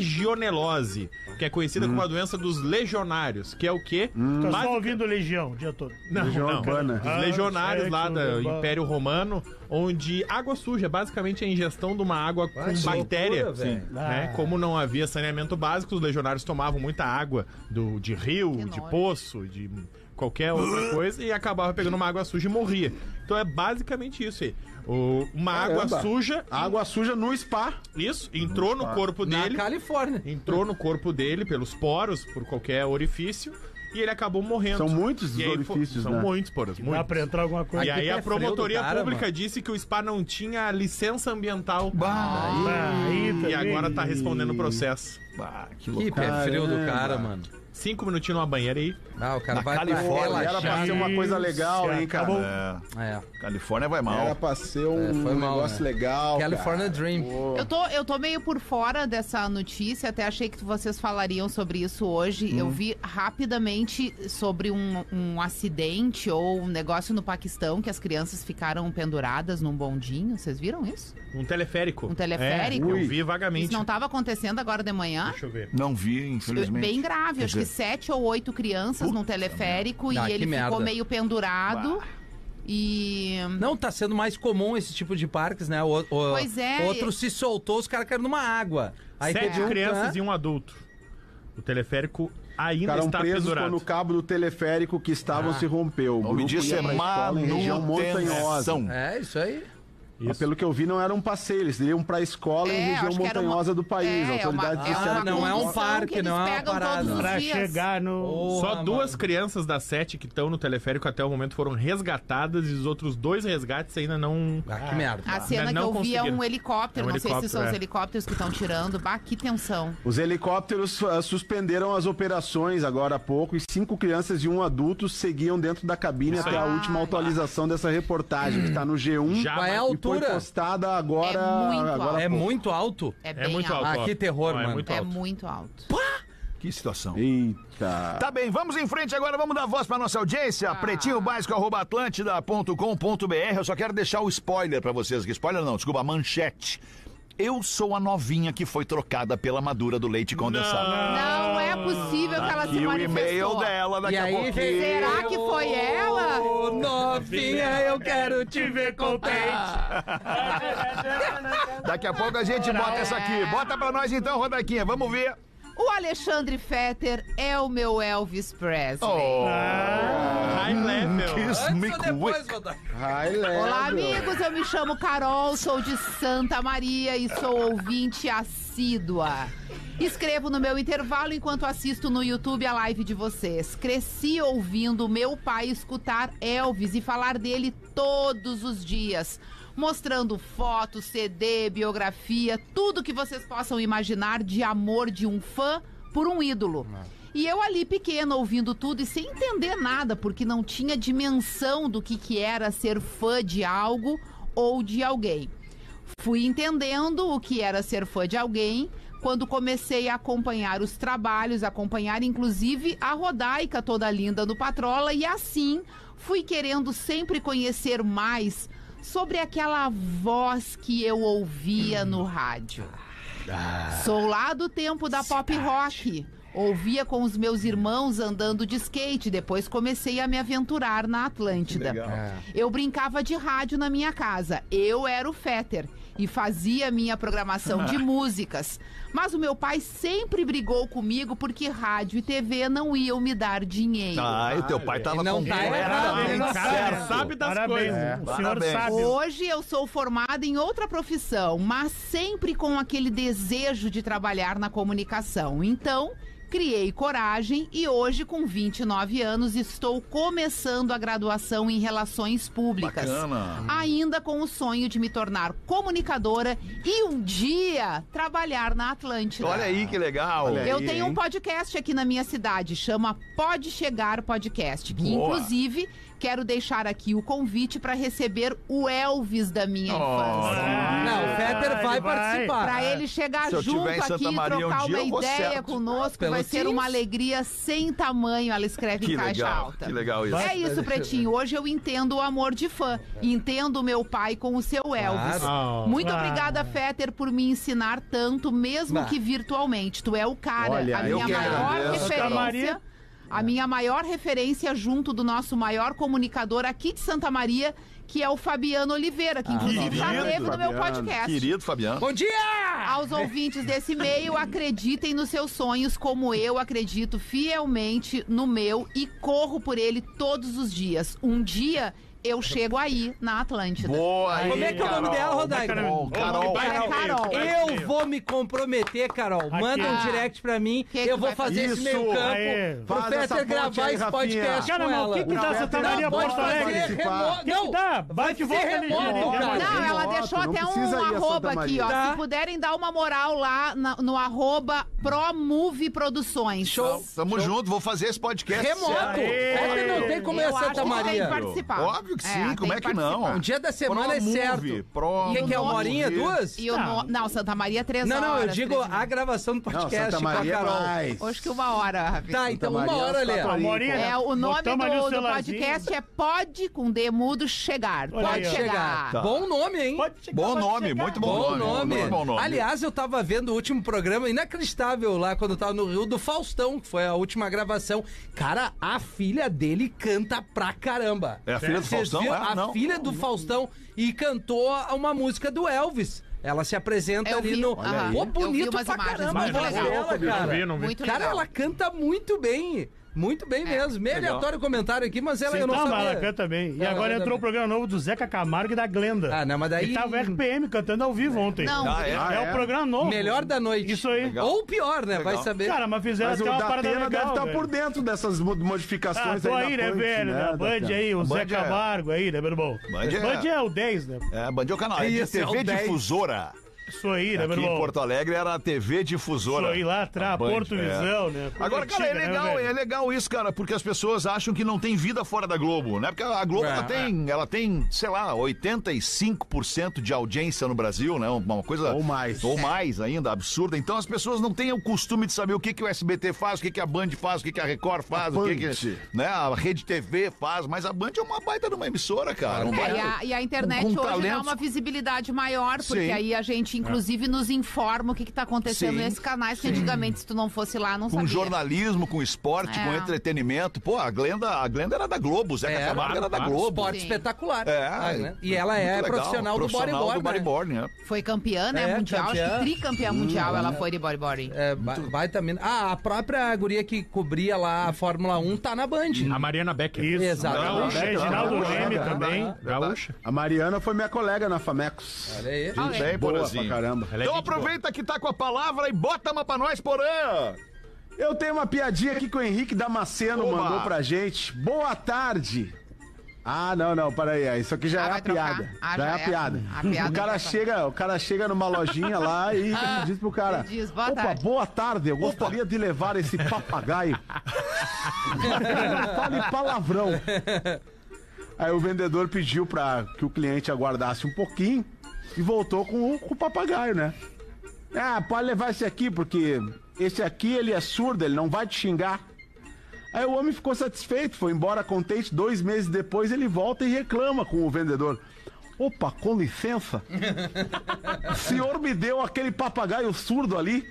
legionelose, que é conhecida como a doença dos legionários, que é o quê?
Tô
Basic-
só ouvindo Legião o dia todo.
Não,
Legião
não.
Urbana.
Os legionários
Ah,
lá
é,
do
Legião
Império Romano, onde água suja, basicamente é a ingestão de uma água com
Ah, que
bactéria.
loucura, velho.
né?
Ah.
Como não havia saneamento básico, os legionários tomavam muita água do, de rio,
Que
de
nojo.
poço, de qualquer outra coisa, e acabava pegando uma água suja e morria. Então é basicamente isso aí. O- uma água
Caramba.
suja, ah,
Água suja no spa.
isso, entrou no corpo
Na
dele
Califórnia.
entrou no corpo dele pelos poros, por qualquer orifício, e ele acabou morrendo.
São muitos os
E aí fo-
orifícios,
São
né?
muitos poros,
Dá pra
muitos.
entrar alguma
E
coisa.
Aqui
aí
que é
a
frio do
promotoria
cara,
pública
mano.
disse que o spa não tinha licença ambiental.
Ah, aí
E
também.
agora tá respondendo o processo.
Ah, que
Que
loucura.
pé frio do
Caramba.
cara, mano.
Cinco minutinhos numa banheira aí.
Ah, o cara vai
Califórnia,
pra
Era pra
relaxar.
ser uma coisa legal, hein, cara.
Acabou.
É,
É.
Califórnia vai mal.
Era pra ser um
Tá É, foi mal,
negócio
né?
legal.
California
cara.
Dream.
Pô.
Eu tô, eu tô meio por fora dessa notícia, até achei que vocês falariam sobre isso hoje. Eu vi rapidamente sobre um, um acidente ou um negócio no Paquistão que as crianças ficaram penduradas num bondinho. Vocês viram isso?
Um teleférico.
Um teleférico?
É, eu
Ui.
vi vagamente.
Isso não tá? estava acontecendo agora de manhã?
Deixa eu ver.
Não vi, infelizmente.
é Bem grave,
Quer
acho que
dizer,
sete ou oito crianças num teleférico e
Ah, que
ele
merda.
ficou meio pendurado. E.
Não, tá sendo mais comum esse tipo de parques, né? O, o-
Pois é,
Outro
e-
se soltou, os caras caíram numa água. Aí
Sete
teve um-
crianças
né?
e um adulto. O teleférico ainda
Ficaram
está
presos
pendurado.
quando o cabo do teleférico que
Ah.
estavam se rompeu. O
Então,
O nome
grupo
disso
ia
é
pra escola em região montanhosa.
manutenção.
É, isso aí.
Mas pelo que eu vi, não era um passeio, eles iriam pra escola em
É,
região
acho que era uma-
montanhosa do país.
É,
A
é uma-
autoridade
é
disseram
uma
Ah, não é um
condição
parque,
que eles
não é uma
pegam
parada.
todos os
Pra
dias.
chegar no.
Porra,
Só duas
mano.
crianças das sete que estão no teleférico até o momento foram resgatadas e os outros dois resgates ainda não.
Ah, que merda.
A cena
Tá. Não
que eu vi é
conseguiram.
um
É um
helicóptero, não sei se
helicóptero,
são os
é.
helicópteros que estão tirando. Bah, que tensão.
Os helicópteros ah, suspenderam as operações agora há pouco e cinco crianças e um adulto seguiam dentro da cabine
Isso
até
aí.
a
Ah,
última atualização dessa reportagem, que está no
Hum.
G1
Já,
Qual é a
mas-
e foi
altura?
postada agora.
É muito
agora há
É
pouco.
muito alto.
É, bem
É muito alto.
Ah,
ó.
que terror,
Ó, É
mano.
muito
É
alto.
muito alto.
Que situação.
Eita!
Tá bem, vamos em frente agora, vamos dar voz pra nossa audiência,
Ah.
pretinhobásico.atlântida.com.br. Eu só quero deixar o spoiler pra vocês, que spoiler não, desculpa, a manchete. Eu sou a novinha que foi trocada pela madura do leite condensado.
Não é possível que ela
E Ah,
se
o e-mail
manifestou.
dela daqui
E aí,
a pouquinho.
Será que foi ela?
Ô, novinha, eu quero te ver contente. Ah,
Daqui a pouco a gente bota essa aqui. Bota pra nós então, Rodaquinha. Vamos ver.
O Alexandre Fetter é o meu Elvis Presley.
High level.
Oh, Kiss me quick.
Ai, Léo.
Olá, amigos. Eu me chamo Carol, sou de Santa Maria e sou ouvinte assídua. Escrevo no meu intervalo enquanto assisto no YouTube a live de vocês. Cresci ouvindo meu pai escutar Elvis e falar dele todos os dias. Mostrando fotos, CD, biografia, tudo que vocês possam imaginar de amor de um fã por um ídolo. E eu ali pequena, ouvindo tudo e sem entender nada, porque não tinha dimensão do que, que era ser fã de algo ou de alguém. Fui entendendo o que era ser fã de alguém quando comecei a acompanhar os trabalhos, acompanhar inclusive a Rodaica toda linda no Patrola e assim fui querendo sempre conhecer mais sobre aquela voz que eu ouvia no rádio. Sou lá do tempo da pop rock. Ouvia com os meus irmãos andando de skate, depois comecei a me aventurar na Atlântida. Eu brincava de rádio na minha casa. Eu era o Fetter e fazia minha programação de músicas. Mas o meu pai sempre brigou comigo porque rádio e TV não iam me dar dinheiro.
Ah, e o teu pai tava
Não
com
tá
um
errado, ele não
Cara,
sabe.
sabe das
Parabéns,
coisas.
O senhor
parabéns.
sabe.
Hoje eu sou formada em outra profissão, mas sempre com aquele desejo de trabalhar na comunicação. Então, criei coragem e hoje, com 29 anos, estou começando a graduação em Relações Públicas.
Bacana.
Ainda com o sonho de me tornar comunicadora e um dia trabalhar na Atlântida.
Olha É aí que legal.
Olha aí.
Eu tenho
hein?
um podcast aqui na minha cidade, chama Pode Chegar Podcast, que
Boa.
inclusive quero deixar aqui o convite para receber o Elvis da minha infância.
Não, o Fetter
Ah,
vai
ele vai.
participar.
Pra ele chegar
Se eu
junto
tiver em Santa
aqui e
Maria um
trocar
dia,
uma
eu vou
ideia
certo.
conosco,
Pelo
vai ser uma
Teams.
alegria sem tamanho. Ela escreve
Que
em caixa
legal,
alta.
que legal isso.
É isso, Pretinho. Hoje eu entendo o amor de fã. Entendo o meu pai com o seu Elvis.
Ah,
Muito
claro.
obrigada, Fetter, por me ensinar tanto, mesmo
Bah.
que virtualmente. Tu é o cara.
Olha,
a
eu
minha
que
maior
agradeço,
Santa
referência.
Maria.
A minha maior referência junto do nosso maior comunicador aqui de Santa Maria, que é o Fabiano Oliveira, que inclusive já
querido
teve no meu
Ah, Fabiano,
podcast.
Querido Fabiano.
Bom dia!
Aos ouvintes desse e-mail, acreditem nos seus sonhos, como eu acredito fielmente no meu e corro por ele todos os dias. Um dia eu chego aí na Atlântida.
Boa aí,
Como é que é o nome
Carol.
dela, Rodaica?
Bom, Carol.
Vai
Carol.
no meio,
Carol.
vai no meio.
Eu vou me comprometer, Carol. Manda um
Aqui.
direct pra mim.
Que que
eu vou
vai
fazer esse
fazer?
meio
Aê.
campo. Pro
Faz essa
Fetter
ponte
gravar
aí,
esse
Rafinha.
podcast
Cara,
com
mas o
ela.
que que dá Santa Maria
Não, pode
Porto Alegre?
fazer
Participar.
remoto.
que que dá? Bate e volta
ser
ali,
remoto,
ali,
cara.
ali.
Não, ela
Remoto,
deixou
não
até um
precisa ir a Santa
arroba aqui, ó.
Tá.
Se puderem dar uma moral lá na- no arroba Promove Produções.
Show.
Tamo junto, vou fazer esse podcast.
Remoto.
Aê.
Fetter não tem como é
é Eu acho
Santa
que tem que
Maria.
participar.
Óbvio que sim,
tem
como é que não?
participar.
Um dia da semana é certo. O que, que é, uma horinha, duas?
E o no- Não, Santa Maria, três
Tá. Não,
horas.
não, eu digo
três-
a gravação do
Não,
podcast
Santa
com a
Maria é
Carol.
mais.
Acho que uma hora, Rafi.
Tá, então
Santa
uma
Maria,
hora,
as quatro
Léo.
horas.
Morinha,
É, o nome do,
botamos ali o
do
celularzinho.
podcast é Pode com D mudo chegar.
Olha
Pode
aí, ó.
chegar.
Tá.
Bom nome, hein?
Pode chegar,
Bom
pode
nome,
chegar.
muito
Bom,
Bom nome,
nome.
muito bom nome.
Aliás, eu tava vendo o último programa inacreditável lá quando eu tava no Rio do Faustão, que foi a última gravação. Cara, a filha dele canta pra caramba.
É a filha do
Vocês
Faustão?
viram?
É?
a
Não.
filha do Faustão e cantou uma música do Elvis. Ela se apresenta
Eu
Tá ali
vi,
no.
aham.
Pô,
Eu vi
bonito
umas
pra
imagens,
caramba a
muito
voz
legal.
dela,
Não vi,
cara.
não vi.
Muito
Cara,
legal.
ela canta muito bem. Muito
É.
bem mesmo. Meio
legal.
aleatório o comentário aqui, mas ela
Sim,
Ah, eu não
tá,
sabia.
Malacan também. E
Ela
agora
canta
entrou
bem.
o programa novo do Zeca Camargo e da Glenda.
Ah, não, mas daí-
E tava o RPM cantando ao vivo ontem.
Não,
Ah, é?
É, o programa novo.
Melhor da noite.
Isso aí.
Legal.
Ou pior, né?
Legal.
Vai saber.
Cara, mas fizeram
Mas o
até uma parada
Datena
legal,
deve estar
velho.
por dentro dessas mo-
Ah,
modificações
tô
aí,
aí, né,
Band,
velho? Da Band
Datena?
aí, o
A
Zé
Band é-
Camargo aí, né, meu irmão?
Band é-
Band é o 10, né?
É, Bandiu o canal. É de
Isso, é o
TV
10.
Difusora.
Isso aí, né,
Aqui
meu
em
irmão?
Porto Alegre era a TV Difusora.
Isso aí lá atrás,
A Band,
Porto
é.
Visão, né? Coisa
Agora, cara, é
antiga, né,
legal,
velho?
é legal isso, cara, porque as pessoas acham que não tem vida fora da Globo, né? Porque a Globo,
É,
ela tem, ela tem, sei lá, 85% de audiência no Brasil, né? Uma coisa...
Ou mais.
Ou mais ainda, absurda. Então, as pessoas não têm o costume de saber o que, que o SBT faz, o que, que a Band faz, o que, que a Record faz, o que, que
Band.
né? a Rede TV faz, mas a Band é uma baita de uma emissora, cara. um
É,
baita-
e, a, e a internet
com
hoje dá
talentos-
uma visibilidade maior, porque
Sim.
aí a gente gente, inclusive, nos informa o que, está acontecendo
Sim,
nesses canais, que antigamente, se tu não fosse lá, não
Com
sabia.
jornalismo, com esporte,
É.
com entretenimento. Pô, a Glenda, a Glenda era da Globo, o Zeca
É,
Camargo era da
claro,
Globo.
Esporte
Sim.
espetacular.
É,
Ah, né? E ela é
muito legal,
profissional,
profissional
do bodyboard.
do bodyboard, né?
Foi campeã, né?
É,
mundial,
campeã.
acho que tricampeã mundial ela foi de bodyboarding.
É, ba- baita mina. Ah, a própria guria que cobria lá a Fórmula 1 tá na Band.
A Mariana Becker.
Isso.
Exatamente.
Gaúcha, Reginaldo
Gaúcha,
Leme
Gaúcha.
também. Gaúcha.
A Mariana foi minha colega na Famecos.
Olha aí.
Gente,
é
bem,
Boa pra
Porazinho.
caramba.
Ela é
Então
gente boa.
aproveita que tá com a palavra e bota uma pra nós, Porã!
Eu tenho uma piadinha aqui que o Henrique Damasceno
Oba.
mandou pra gente. Boa tarde. Ah, não, não, para aí. Isso aqui já
Ah,
é
vai
a
trocar.
piada.
Ah,
já
já
é a
é.
piada.
A piada
o
já
cara
tá.
chega, o cara chega numa lojinha lá e diz pro cara:
ele diz, "Boa
"Opa,
tarde."
boa tarde. Eu gostaria de levar esse papagaio. Não fale palavrão. Aí o vendedor pediu pra que o cliente aguardasse um pouquinho e voltou com o- com o papagaio, né? Ah, pode levar esse aqui, porque esse aqui ele é surdo, ele não vai te xingar. Aí o homem ficou satisfeito, foi embora contente. Dois meses depois ele volta e reclama com o vendedor. Opa, com licença. O senhor me deu aquele papagaio surdo ali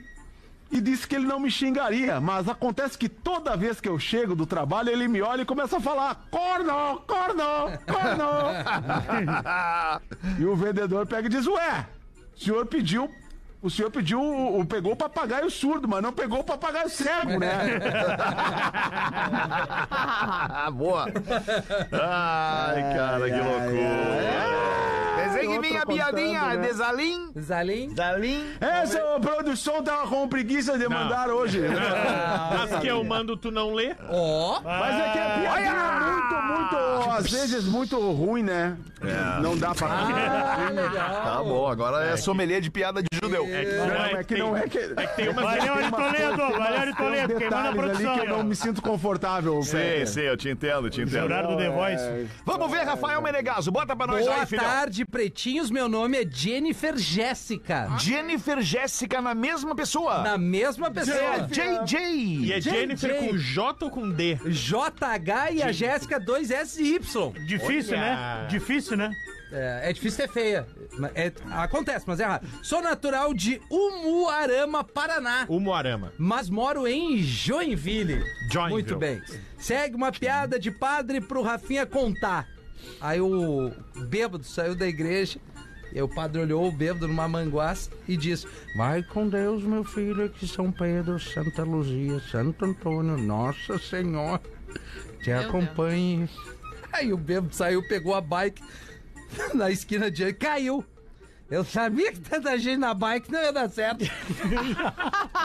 e disse que ele não me xingaria, mas acontece que toda vez que eu chego do trabalho ele me olha e começa a falar: corno, corno, corno. E o vendedor pega e diz: Ué, o senhor pediu. O senhor pediu, o, o- pegou o papagaio surdo, mas não pegou o papagaio
É.
cego, né?
Ah, boa! Ai, cara, que loucura! Desenhe
Outro
minha
contando,
piadinha,
né?
Desalim,
Zalim.
Desalim.
Essa ô, produção tava com preguiça de mandar hoje.
As que eu mando, tu não lê.
Ó.
Ah,
Mas é que a piadinha é muito, muito, às vezes muito ruim, né? Não dá pra.
Ah, legal.
Tá bom, agora é sommelier de piada de judeu.
É que,
não, é que não é que.
é que tem umas
Valeu,
que-
Ari Toledo. Valeu, Ari Toledo. Quem manda a
Detalhes ali
produção.
que eu não
ó.
me sinto confortável,
Sim,
é.
Peter.
sim, eu te entendo, te entendo.
Horário do The Voice.
Vamos ver, Rafael Menegaso, bota pra nós
Boa
aí, filhão.
tarde, pretinhos. Meu nome é Jennifer Jéssica.
Jennifer Jéssica na mesma
Ah.
pessoa.
Na mesma pessoa.
E
JJ.
é Jennifer
J.
com J ou com D?
JH e a Jéssica, dois S e Y.
Difícil,
Olha.
né? Difícil, né?
É, é difícil ser feia. É- acontece, mas é errado. Sou natural de Umuarama, Paraná.
O Moarama.
Mas moro em Joinville.
Joinville.
Muito bem. Segue uma piada de padre pro Rafinha contar. Aí o bêbado saiu da igreja. E o padre olhou o bêbado numa manguaça e disse: Vai com Deus, meu filho, que São Pedro, Santa Luzia, Santo Antônio, Nossa Senhora, te
Deus.
acompanhe. Aí o bêbado saiu, pegou a bike na esquina de caiu. Eu sabia que tanta gente na bike não ia dar certo.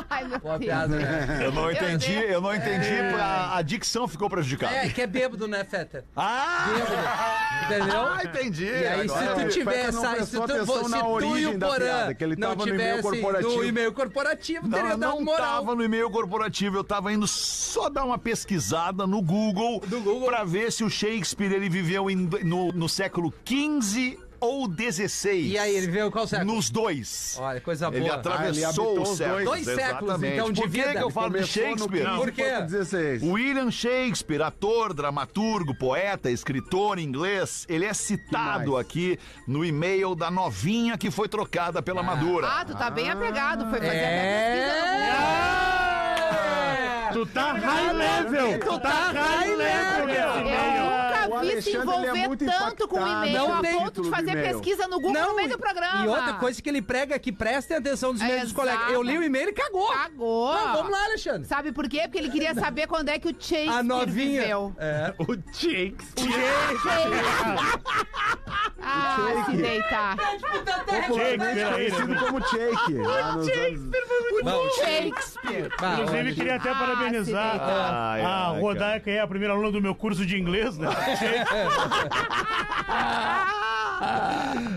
Ai, meu
Boa
Deus.
piada, né?
Eu não
Meu
entendi,
Deus.
eu não entendi, a, a dicção ficou prejudicada.
É, que é bêbado, né, Feta?
Ah!
Bêbado. Entendeu?
Ah, entendi.
E aí, se
Agora-
tu tiver
Feta não
essa. Se
prestou
tu, se
atenção na
tu e
origem
o
da
Porã
piada, que ele
não
tava no e-mail
tivessem
corporativo.
no e-mail corporativo,
Não,
teria
eu
dado
não
moral.
tava no e-mail corporativo, eu tava indo só dar uma pesquisada no Google,
No Google.
pra ver se o Shakespeare ele viveu em- no, no século XV ou XVI.
E aí, ele veio qual século?
Nos dois.
Olha, coisa
Ele
Ah, boa.
atravessou
habitou
os
os
séculos.
dois. Dois séculos,
exatamente.
então, de
Por que
vida.
que eu falo de
Começou no
Shakespeare?
15,
Por quê?
foi pro 16.
William Shakespeare, ator, dramaturgo, poeta, escritor inglês, ele é citado
mais?
aqui no e-mail da novinha que foi trocada pela Madura.
Ah, tu tá bem apegado. Foi fazer
É.
até pesquisa né? no Google.
Tu tá high level. Tu tá high level nesse
Eu
meio.
nunca
O
vi se
Alexandre, ele é
envolver
muito
tanto com o e-mail
Não
a
tem
ponto
título
de
do
fazer
e-mail.
pesquisa no Google no meio do programa.
E outra coisa que ele prega que prestem atenção dos
É,
e-mails dos colegas.
exato.
Eu li o e-mail e cagou.
Cagou.
Não, vamos lá, Alexandre.
Sabe por quê? Porque ele queria saber quando é que o Chase
A novinha.
viveu.
É.
O Shakespeare.
Ah, se deitar.
Shakespeare,
Popularmente
peraí,
conhecido
né?
Tipo como Shake. lá nos anos-
Vamos.
Shakespeare.
Ah,
Inclusive, queria até
Ah,
parabenizar
se
a,
Ai,
a
ai,
Rodaica, que é a primeira aluna do meu curso de inglês, né?
Ah, é.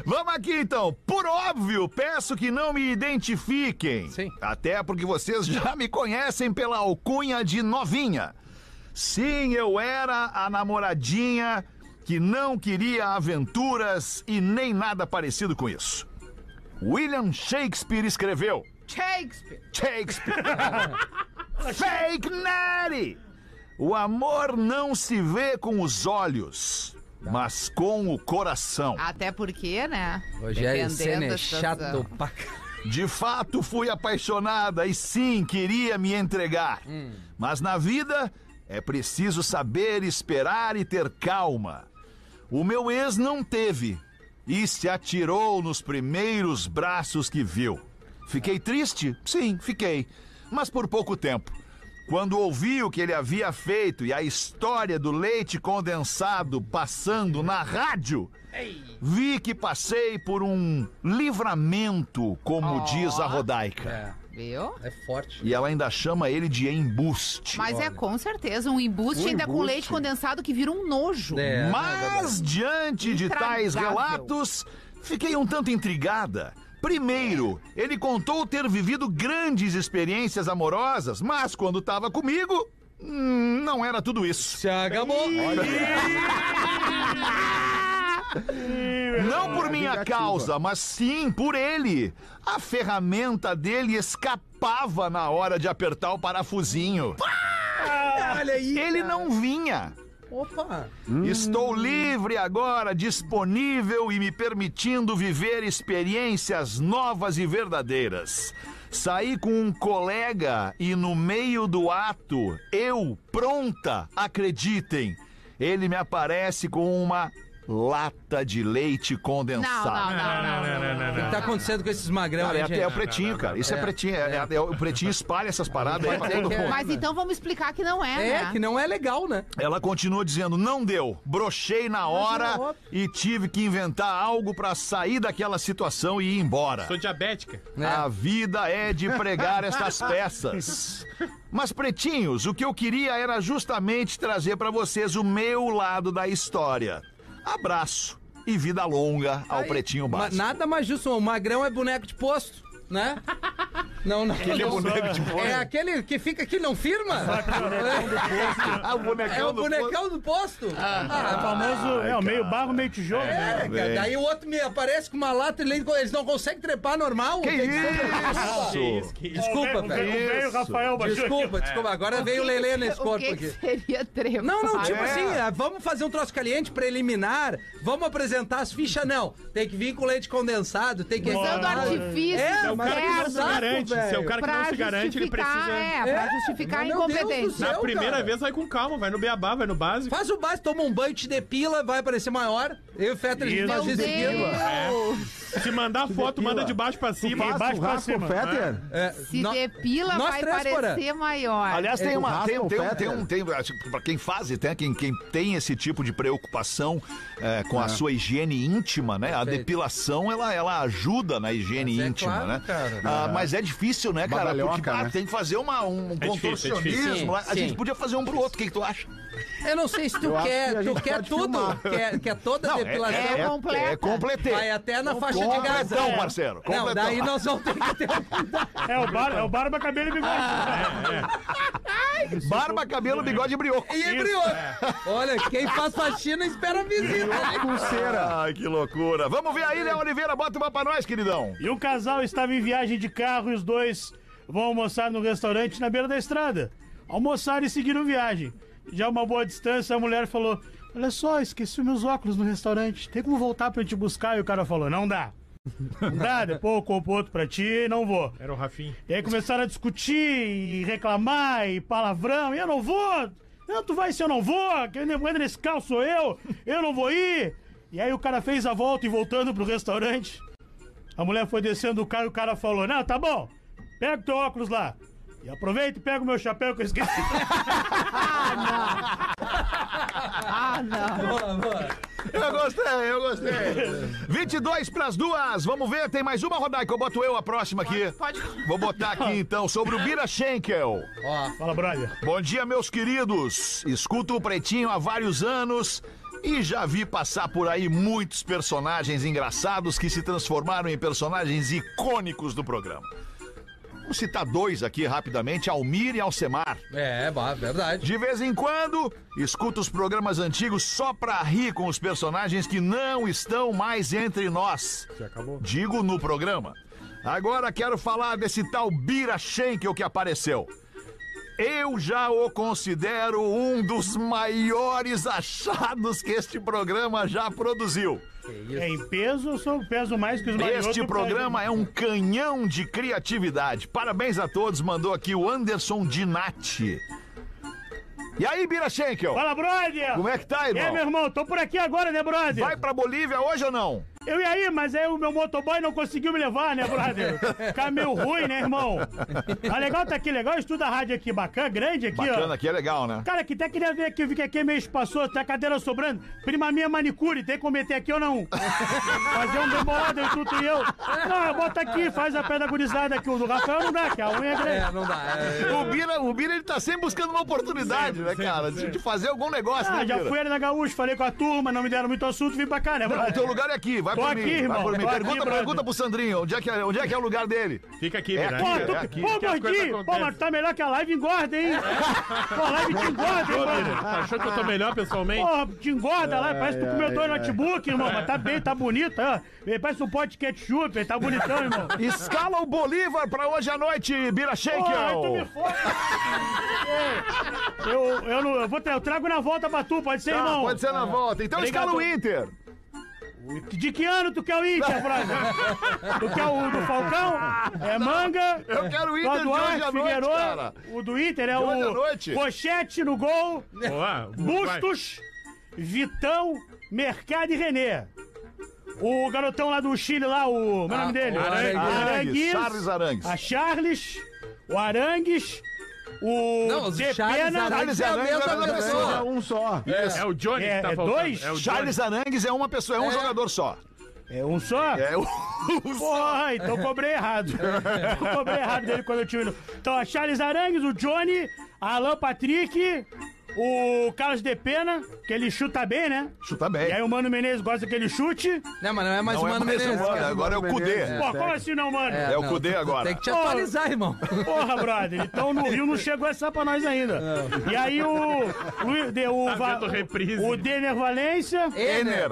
Vamos aqui então. Por óbvio, peço que não me identifiquem.
Sim.
Até porque vocês já me conhecem pela alcunha de novinha. Sim, eu era a namoradinha que não queria aventuras e nem nada parecido com isso. William Shakespeare escreu.
Shakespeare.
Shakespeare. Fake Neri! O amor não se vê com os olhos. mas com o coração.
Até porque, né?
Rogério Senna é
da situação.
chato pra caralho.
De fato, fui apaixonada e sim, queria me entregar. Mas na vida é preciso saber esperar e ter calma. O meu ex não teve e se atirou nos primeiros braços que viu. Fiquei triste? Sim, fiquei. Mas por pouco tempo. Quando ouvi o que ele havia feito e a história do leite condensado passando na rádio, vi que passei por um livramento, como
Ó.
diz a Rodaica.
É,
Viu?
é forte.
E ela ainda chama ele de embuste.
Mas é com certeza um embuste ainda com leite condensado que vira um nojo.
É,
Mas, diante de tais
Intragável.
relatos, fiquei um tanto intrigada. Primeiro, ele contou ter vivido grandes experiências amorosas, mas quando estava comigo, hum, não era tudo isso.
Se acabou. é,
Não por minha causa, mas sim por ele. A ferramenta dele escapava na hora de apertar o parafusinho.
Olha aí.
Ele não vinha.
Opa.
Estou livre agora, disponível e me permitindo viver experiências novas e verdadeiras. Saí com um colega e no meio do ato, eu pronta, acreditem, ele me aparece com uma lata de leite
Não, não,
condensado.
não, não. não, não,
O que
Ah.
tá acontecendo com esses magrão
Cara, é
aí,
até o
gente?
pretinho, cara. Isso é,
É.
pretinho. É, é- é- o pretinho espalha essas paradas aí pra todo mundo.
Mas então vamos explicar que não é,
É,
né?
que não é legal, né?
Ela continua dizendo: não deu, brochei na
é
hora
óbvio.
e tive que inventar algo pra sair daquela situação e ir embora.
Sou diabética.
É.
A vida é de pregar estas peças. Mas, pretinhos, o que eu queria era justamente trazer pra vocês o meu lado da história. Abraço e vida longa ao
Aí,
Pretinho
ma-
Básico.
nada mais justo, o magrão é boneco de posto, né? Não, não. Aquele
é boneco de posto. é
É aquele que fica que não firma?
Ah, o bonecão
É o
do
bonecão do posto.
É o
Ah,
famoso, é o meio
cara.
barro, meio tijolo. né?
é, cara, daí o outro me aparece com uma lata e ele- eles não conseguem trepar normal.
Que
Tem
Que
isso?
isso, que isso.
Desculpa,
o
velho.
velho, o velho Rafael baixou
Desculpa, desculpa. Agora veio o Lelê nesse
o
corpo
que, que
aqui.
seria trepar?
Não, não, tipo
É.
assim, ah, vamos fazer um troço caliente preliminar, vamos apresentar as fichas, não. Tem que vir com leite condensado, tem que... Ah,
Usando artifícios
É, o cara que não
diversos
sabe
Garante, se é o cara que
pra
não se garante, ele
justificar,
precisa.
é, pra justificar a
Mas, meu Deus do
incompetência.
céu,
Na primeira
cara.
vez vai com calma, vai no beabá, vai no básico.
Faz o básico, toma um banho, te depila, vai aparecer maior. Eu e o Fetter, a gente
Isso.
faz
Meu
isso seguido.
Deus!
Se mandar foto,
depila.
manda de baixo pra cima.
faz-
Passa
baixo
o
pra
raspa, o
cima.
Fetter.
né?
É,
Se
nó-
depila,
nós
vai
três, Porã.
parecer maior.
Aliás,
é,
tem uma.
raspa
Tem,
ou
tem, um-
fetter?
tem um. Tem, acho que pra quem faz, tem, quem, quem tem esse tipo de preocupação é, com a sua higiene íntima, né? A
Perfeito.
depilação, ela, ela ajuda na higiene
Mas é
íntima,
claro,
né?
cara.
Ah, mas é difícil, né, cara?
Badalhoca,
Porque ah,
né?
tem que fazer uma, um
difícil, é
contorcionismo.
difícil.
lá. a
Sim,
gente
sim.
podia fazer um pro outro. O que, que tu acha?
Eu não sei se tu
Eu acho que
quer,
a
tu
gente
quer
pode
tudo.
filmar.
Quer, quer toda a depilação.
é completa.
É completê.
Vai até na faixa de gás.
Completão, parceiro. Completão.
Não, daí nós vamos ter que ter um
É o bar, é o barba, cabelo e bigode.
Barba, cabelo, bigode e brioco.
e brioco.
É.
Olha, quem faz faxina espera a visita. né?
Ai, que loucura. Vamos ver aí, Léo Oliveira. Bota uma pra nós, queridão.
E o casal estava em viagem de carro e os dois vão almoçar num restaurante na beira da estrada. Almoçaram e seguiram viagem. Já uma boa distância, a mulher falou: Olha só, esqueci meus óculos no restaurante. Tem como voltar pra eu te buscar? E o cara falou: Não dá. Não dá, depois eu compro outro pra ti e não vou.
Era o Rafinha.
E aí começaram a discutir e reclamar e palavrão. E eu não vou! Não, tu vai se eu não vou! Quem não entra nesse carro sou eu! Eu não vou ir! E aí o cara fez a volta e voltando pro restaurante. A mulher foi descendo do carro e o cara falou: Não, tá bom, pega o teu óculos lá. E aproveita e pega o meu chapéu que eu esqueci.
Ah, não.
Boa, boa.
Eu gostei, eu gostei. 22 pras duas. Vamos ver, tem mais uma, Rodaica. Eu boto eu a próxima aqui.
Pode.
Vou botar aqui então sobre o Bira Schenkel.
Ó,
Fala, brother.
Bom dia, meus queridos. Escuto o Pretinho há vários anos e já vi passar por aí muitos personagens engraçados que se transformaram em personagens icônicos do programa. Vou citar dois aqui rapidamente: Almir e Alcemar.
é, bah, verdade.
De vez em quando, escuto os programas antigos só pra rir com os personagens que não estão mais entre nós. Digo no programa. Agora quero falar desse tal Bira Schenkel que apareceu. Eu já o considero um dos maiores achados que este programa já produziu.
É em peso, eu sou peso mais que os maiores.
Este programa é um canhão de criatividade. Parabéns a todos, mandou aqui o Anderson Dinatti. E aí, Bira Schenkel?
Fala, brother!
Como é que tá,
É, meu
irmão?
irmão, tô por aqui agora, né, brother?
Vai pra Bolívia hoje ou não?
Eu e aí, mas aí o meu motoboy não conseguiu me levar, né, brother? Ficar meio ruim, né, irmão? Tá legal, tá aqui legal, estuda a rádio aqui, bacana, grande aqui,
Bacana
ó.
aqui, é legal, né?
Cara, que até queria ver aqui, eu vi que aqui é meio espaçoso, tem a cadeira sobrando. Prima minha é manicure, tem como meter aqui ou não? Fazer um demorado entre tu e eu. Não, bota aqui, faz a pedagorizada aqui. O do Rafael não dá, que a unha é grande.
É, não dá. é.
O Bira, o Bira, ele tá sempre buscando uma oportunidade, né, cara? De- De fazer algum negócio,
Ah,
né,
já
Bira?
fui ali na Gaúcha, falei com a turma, não me deram muito assunto, vim pra cá, né,
Não, o
brother?
teu lugar é aqui, vai
Tô
por
aqui,
mim. vai
irmão,
por mim.
tô aqui,
Pergunta,
brother.
pergunta pro Sandrinho, onde é, que é, onde é que é o lugar dele?
Fica aqui, né?
É
Bira.
aqui,
Pô,
é
tu,
aqui.
pô
que as coisas
gordinho, pô, mas
acontecem.
tá melhor que a live engorda, hein? Pô, a live te engorda, hein, mano?
Achou que eu tô melhor pessoalmente?
Porra, te engorda lá, parece que tu comeu dois notebook, irmão, mas tá bem, tá bonito, ó. Ele parece um pote de ketchup, ele tá bonitão, irmão.
Escala o Bolívar pra hoje à noite, Bira
Porra, aí tu me
Schenkel.
foda. Ei, Eu, eu, não, eu, vou tra eu trago na volta pra tu, pode ser,
Tá,
irmão?
pode ser na volta. Então
Ah. Obrigado.
escala o Inter.
De que ano tu quer o Inter, brother? tu quer o do Falcão? É manga?
Eu quero o Inter de
Clodoaldo,
hoje à noite,
Figueroa.
cara.
O do Inter é
hoje à
o
noite.
Pochete no gol,
Boa, vai.
Bustos, Vitão, Mercado e René. O garotão lá do Chile, lá, o. Meu
Ah,
nome dele?
o Arangues.
Arangues, Charles Arangues.
A Charles, o Arangues, o.
Não, os
De
Charles
Pena-
Arangues é a
Charles
mesma
Arangues é a
É
pessoa.
um só.
É o Johnny
É-
que tá
é
faltando. É
dois?
o Johnny.
Charles Arangues é uma pessoa, é um jogador só.
É um só?
É o...
Porra, então cobrei errado. Eu cobrei errado dele quando eu tive no. Então, a Charles Arangues, o Johnny, Alan Patrick, o Carlos De Pena, que ele chuta bem, né?
Chuta
E aí
bem.
o Mano Menezes gosta daquele chute.
Não, mas não é mais
Não
o
é
Mano
mais o
Menezes.
Mano,
cara.
agora é o Cudê.
Pô, como assim não, mano?
É o
não,
Cudê
tu- tu
agora.
Tem que te atualizar, irmão.
Porra, brother. Então no Rio não chegou essa pra nós ainda. E aí o. Luiz, de, o,
Tá
Va-
vendo reprise?
o Denner Valência.
Ener.
Ener.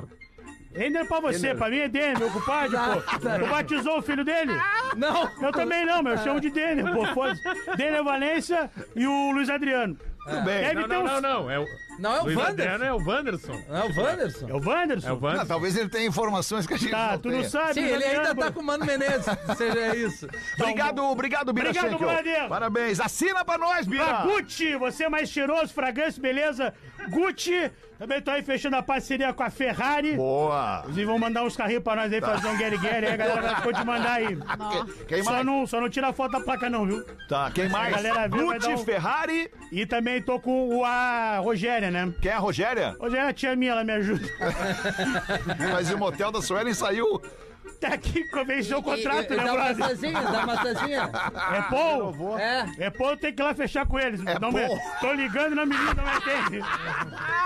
Ender pra você, pra mim é Denner, meu compadre, pô. Tu batizou o filho dele?
Não.
Eu também não, meu. Eu chamo de Denner, pô. Foda-se. Denner Valência e o Luiz Adriano.
Tudo bem.
Deve
Não,
ter
não,
uns...
não, não. É o...
Não, é o
Luiz
Wanderson.
né?
Adriano é o Wanderson.
Não é o Wanderson.
É o Wanderson?
É o
Ah,
Wanderson.
talvez ele tenha informações que a gente
Tá,
não
tu não
tenha.
sabe.
Sim,
Luiz
ele ainda
Adriano,
tá
pô.
com o Mano Menezes. Seja isso.
Obrigado, obrigado, Bira
Obrigado,
Schenkel.
brother.
Parabéns. Assina pra nós,
Pra
Bira.
Gucci, você é mais cheiroso, fragrância, beleza? Gucci, também tô aí fechando a parceria com a Ferrari.
Boa.
Vocês vão mandar uns carrinhos pra
Tá.
nós aí fazer um Gary Gary, aí a galera já ficou de mandar aí.
Ah, Que- Quem
Só
mais?
não, só não tira a foto da placa não, viu?
Tá, quem mais?
galera viu, vai
Gucci,
dar um-
Ferrari.
E também tô com o a Rogéria, né?
Quem é a Rogéria?
Rogéria, a tia minha, ela me ajuda.
Mas o motel da Suelen saiu.
Até que convenceu o contrato,
E- e-
né,
Dá um uma
brother?
massazinha, dá uma massazinha.
É bom.
É.
É pô, eu tenho que ir lá fechar com eles.
Ah, É
não me-
pô.
Tô ligando, não me liga, não me atende.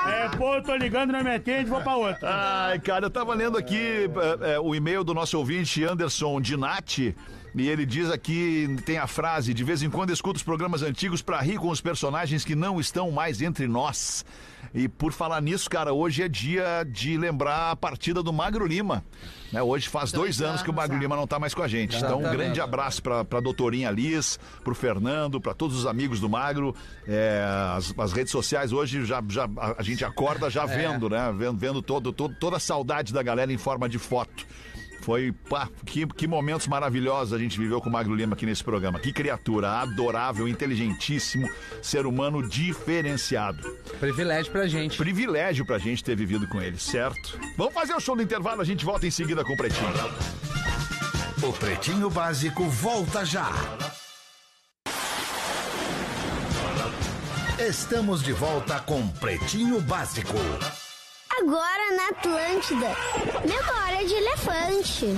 É pô, eu tô ligando, não me atende, vou pra outra.
Ai, cara, eu tava lendo aqui é, é, o e-mail do nosso ouvinte Anderson Dinatti. E ele diz aqui, tem a frase, de vez em quando escuto os programas antigos pra rir com os personagens que não estão mais entre nós. E por falar nisso, cara, hoje é dia de lembrar a partida do Magro Lima. né? Hoje faz dois, anos que o Magro Lima não tá mais com a gente. Então, um
Exatamente.
grande abraço pra, pra doutorinha Liz, pro Fernando, pra todos os amigos do Magro. É, as, as redes sociais hoje, já, já, a- a gente acorda já vendo, né? Vendo, vendo todo, todo- toda a saudade da galera em forma de foto. Foi, pá, que, que momentos maravilhosos a gente viveu com o Magro Lima aqui nesse programa. Que criatura adorável, inteligentíssimo, ser humano diferenciado.
Privilégio pra gente.
É um Privilégio pra gente ter vivido com ele, certo? Vamos fazer o show do intervalo, a gente volta em seguida com o Pretinho.
O Pretinho Básico volta já. Estamos de volta com Pretinho Básico.
Agora na Atlântida. Memória de elefante.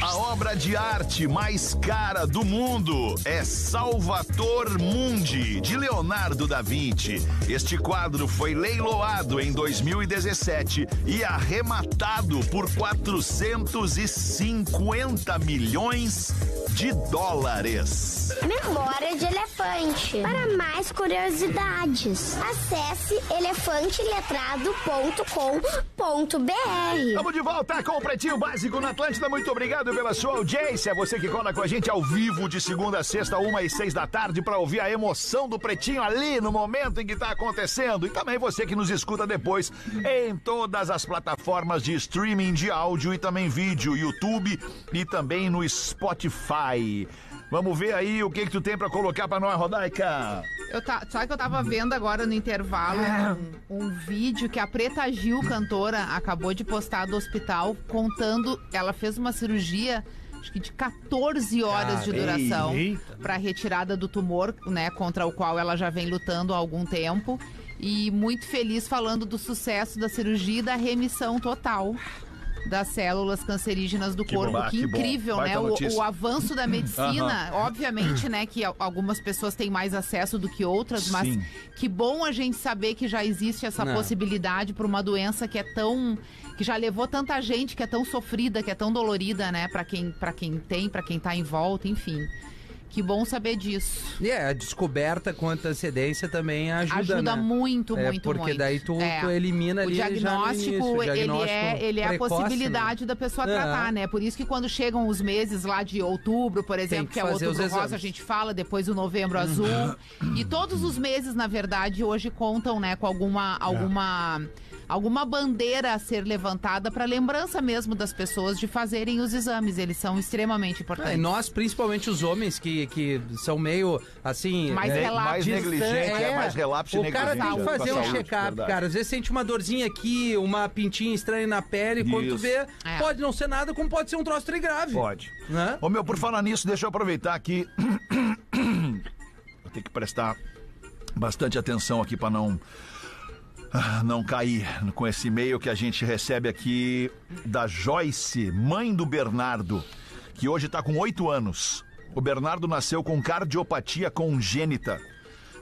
A obra de arte mais cara do mundo é Salvator Mundi, de Leonardo da Vinci. Este quadro foi leiloado em 2017 e arrematado por 450 milhões de dólares.
Memória de Elefante. Para mais curiosidades, acesse elefanteletrado.com.br.
Estamos de volta com o Pretinho Básico na Atlântida. Muito obrigado pela sua audiência. É Você que cola com a gente ao vivo de segunda a sexta, uma e seis da tarde, para ouvir a emoção do Pretinho ali no momento em que está acontecendo. E também você que nos escuta depois em todas as plataformas de streaming de áudio e também vídeo, YouTube e também no Spotify. Vamos ver aí o que, que tu tem para colocar para nós, Rodaica.
Eu ta- sabe que eu tava vendo agora no intervalo um, um vídeo que a Preta Gil, cantora, acabou de postar do hospital contando. Ela fez uma cirurgia. Acho que de 14 horas de duração
eita.
para retirada do tumor, né, contra o qual ela já vem lutando há algum tempo. E muito feliz falando do sucesso da cirurgia e da remissão total das células cancerígenas do corpo.
bom, ah,
que
que bom.
incrível,
Baita
né? O-
notícia.
o avanço da medicina, obviamente, né, que al- algumas pessoas têm mais acesso do que outras, mas
Sim.
que bom a gente saber que já existe essa
Não.
possibilidade para uma doença que é tão que já levou tanta gente, que é tão sofrida, que é tão dolorida, né, para quem para quem tem, para quem tá em volta, enfim. Que bom saber disso.
E é, a descoberta com antecedência também ajuda,
Ajuda,
né?
muito,
É,
muito,
porque
muito.
daí tu,
É.
tu elimina
O
ali já no
diagnóstico,
início, o diagnóstico
ele é, ele é
precoce,
a
né?
possibilidade da pessoa
É.
tratar, né? Por isso que quando chegam os meses lá de outubro, por exemplo,
que
que, é o
fazer os
outubro
exames.
rosa, a gente fala, depois o novembro azul. E todos os meses, na verdade, hoje contam, né, com
É.
alguma alguma alguma bandeira a ser levantada para lembrança mesmo das pessoas de fazerem os exames, eles são extremamente
Ah, e
importantes.
nós, principalmente os homens, que, que são meio assim.
Mais
é,
relapso.
mais
distan-
negligente, é mais relapso e
O cara tem
negligente,
que
é,
fazer
com a
um
saúde,
check-up,
verdade.
cara. Às vezes sente uma dorzinha aqui, uma pintinha estranha na pele, quando tu
Isso.
vê,
É.
pode não ser nada, como pode ser um troço tri grave.
Pode.
Né?
Ô meu, por falar nisso, deixa eu aproveitar aqui. eu tenho que prestar bastante atenção aqui para não ah, não cair com esse e-mail que a gente recebe aqui da Joyce, mãe do Bernardo, que hoje está com oito anos. O Bernardo nasceu com cardiopatia congênita.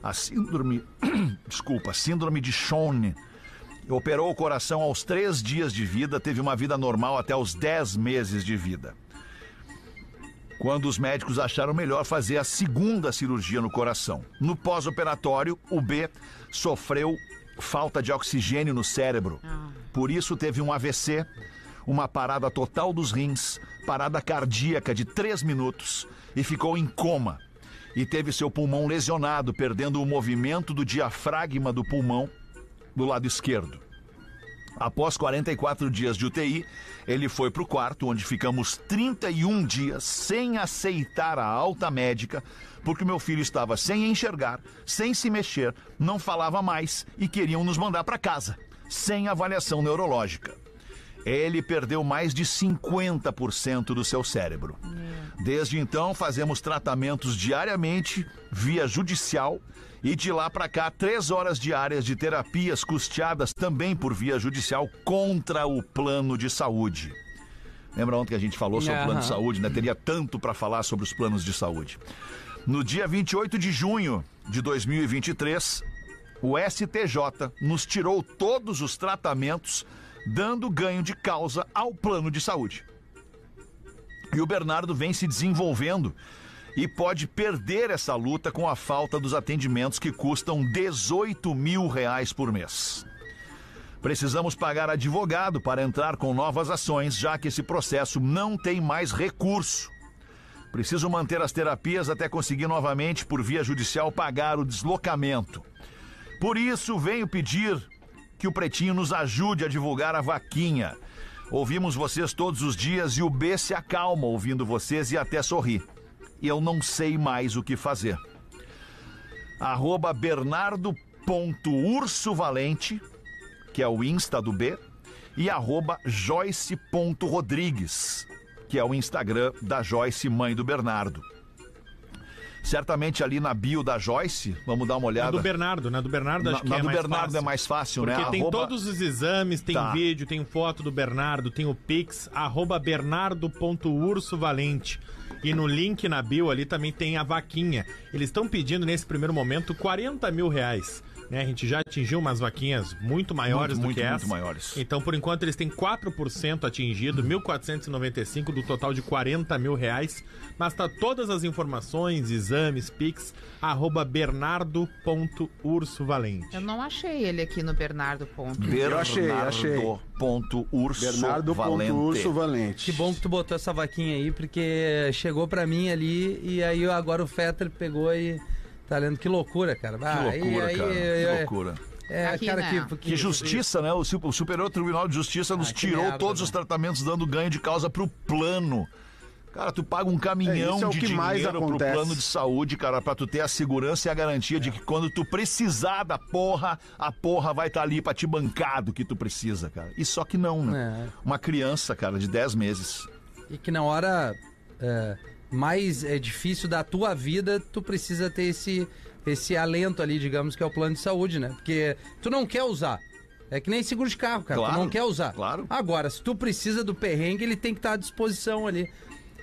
A síndrome, desculpa, síndrome de Schoen. Operou o coração aos três dias de vida, teve uma vida normal até os dez meses de vida quando os médicos acharam melhor fazer a segunda cirurgia no coração. No pós-operatório, o B sofreu falta de oxigênio no cérebro. Por isso teve um AVC, uma parada total dos rins, parada cardíaca de 3 minutos e ficou em coma. E teve seu pulmão lesionado, perdendo o movimento do diafragma do pulmão do lado esquerdo. Após 44 dias de UTI, ele foi para o quarto, onde ficamos 31 dias sem aceitar a alta médica, porque o meu filho estava sem enxergar, sem se mexer, não falava mais e queriam nos mandar para casa, sem avaliação neurológica. Ele perdeu mais de 50% do seu cérebro. Desde então, fazemos tratamentos diariamente via judicial e de lá para cá, três horas diárias de terapias custeadas também por via judicial contra o plano de saúde. Lembra ontem que a gente falou sobre o plano de
Aham.
saúde, né? Teria tanto para falar sobre os planos de saúde. No dia 28 de junho de 2023, o STJ nos tirou todos os tratamentos, dando ganho de causa ao plano de saúde. E o Bernardo vem se desenvolvendo e pode perder essa luta com a falta dos atendimentos que custam 18 mil reais por mês. Precisamos pagar advogado para entrar com novas ações, já que esse processo não tem mais recurso. Preciso manter as terapias até conseguir novamente, por via judicial, pagar o deslocamento. Por isso, venho pedir que o Pretinho nos ajude a divulgar a vaquinha. Ouvimos vocês todos os dias e o B se acalma ouvindo vocês e até sorri. E eu não sei mais o que fazer. Arroba bernardo.ursovalente, que é o Insta do B, e arroba joyce.rodrigues, que é o Instagram da Joyce, mãe do Bernardo. Certamente ali na bio da Joyce, vamos dar uma
Na
olhada.
é do Bernardo, na do Bernardo
Na,
acho que
na
é
do
mais
Bernardo
fácil.
é mais fácil,
Porque
né?
tem
Arroba-
todos os exames, tem
Tá.
vídeo, tem foto do Bernardo, tem o Pix, arroba bernardo.ursovalente. E no link na bio ali também tem a vaquinha. Eles estão pedindo nesse primeiro momento 40 mil reais. né? A gente já atingiu umas vaquinhas muito maiores
Muito,
do que
muito,
essa.
muito maiores.
Então, por enquanto, eles têm 4% atingido, 1.495 do total de 40 mil reais. Mas tá todas as informações, exames, Pix, arroba bernardo.ursovalente.
Eu não achei ele aqui no Bernardo Ponto.
Eu achei, achei.
Ponto urso
Bernardo
Valente.
ponto Urso Valente.
Que bom que tu botou essa vaquinha aí, porque chegou pra mim ali e aí agora o Fetter pegou e tá lendo. Que loucura, cara.
Que
Ah, aí-
loucura,
aí-
cara.
aí-
que loucura.
É,
Aqui,
cara,
né?
que,
Que justiça, né? O su- o Superior Tribunal de Justiça nos
Ah, que
tirou
merda,
todos
né?
os tratamentos, dando ganho de causa pro plano. Cara, tu paga um
É,
caminhão
isso é o
de
que
dinheiro
mais
pro
acontece.
plano de saúde, cara, pra tu ter a segurança e a garantia de que quando tu precisar da porra, a porra vai estar ali pra te bancar do que tu precisa, cara. E só que não, né?
É.
Uma criança, cara, de 10 meses.
E que na hora é, mais é, difícil da tua vida, tu precisa ter esse, esse alento ali, digamos, que é o plano de saúde, né? Porque tu não quer usar. É que nem seguro de carro, cara.
Claro,
tu não quer usar.
claro.
Agora, se tu precisa do perrengue, ele tem que estar à disposição ali.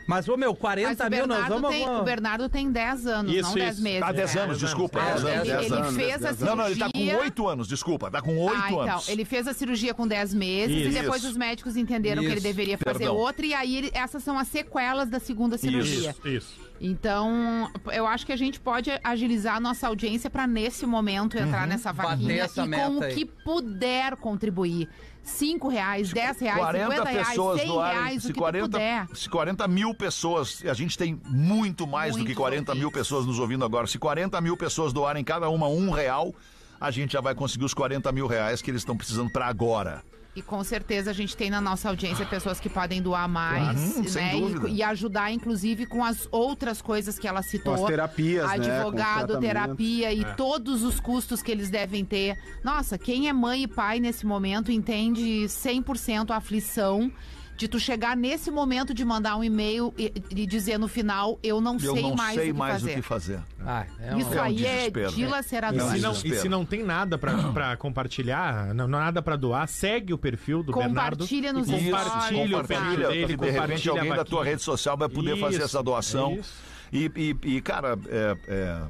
Mas, ô meu,
Mas
40
o
mil, nós
Bernardo,
vamos.
tem, o
vamos-
Bernardo tem 10 anos,
Isso,
não 10
isso.
meses.
Tá 10
né?
anos, desculpa.
Ah,
10 anos,
ele,
10
ele
anos.
fez a cirurgia.
Não, não, ele tá com 8 anos, desculpa. Tá com 8
ah, então,
anos.
ele fez a cirurgia com 10 meses e
Isso.
depois os médicos entenderam que ele
Isso.
deveria fazer
Perdão.
outra e aí ele- essas são as sequelas da segunda cirurgia.
Isso, isso.
Então, eu acho que a gente pode agilizar a nossa audiência para nesse momento
Uhum.
entrar nessa
Bater
vaquinha
essa
e
meta
com
aí.
o que puder contribuir. 5 reais, 10 reais,
40
50 reais,
pessoas
100
no ar.
reais,
se,
o que tu
40,
puder.
se 40 mil pessoas, a gente tem muito mais do
Muitos
que 40 mil
ouvintes.
pessoas nos ouvindo agora. Se 40 mil pessoas doarem cada uma um real, a gente já vai conseguir os 40 mil reais que eles estão precisando pra agora.
E com certeza a gente tem na nossa audiência pessoas que podem doar mais,
Uhum,
Claro, sem
né? E-
dúvida.
E, ajudar, inclusive, com as outras coisas que ela citou.
Com as terapias, né? Com É.
Advogado,
os
terapia e todos os custos que eles devem ter. Nossa, quem é mãe e pai nesse momento entende 100% a aflição de tu chegar nesse momento de mandar um e-mail e, e dizer no final, eu não
Eu
sei
não
mais
sei
o que
mais
fazer.
o que fazer.
Ah, é
Isso
um
aí é
desespero.
dilacerador.
Não,
Se
Mas
não- e
desespero.
se não tem nada pra, pra compartilhar, não, nada pra doar, segue o perfil do Bernardo.
Compartilha nos
e compartilha o
stories,
perfil
compartilha, Então,
dele,
de repente
compartilha a
alguém da tua
vaquinha.
rede social vai poder fazer
Isso,
essa doação.
é isso.
e, e- e, cara, é, é-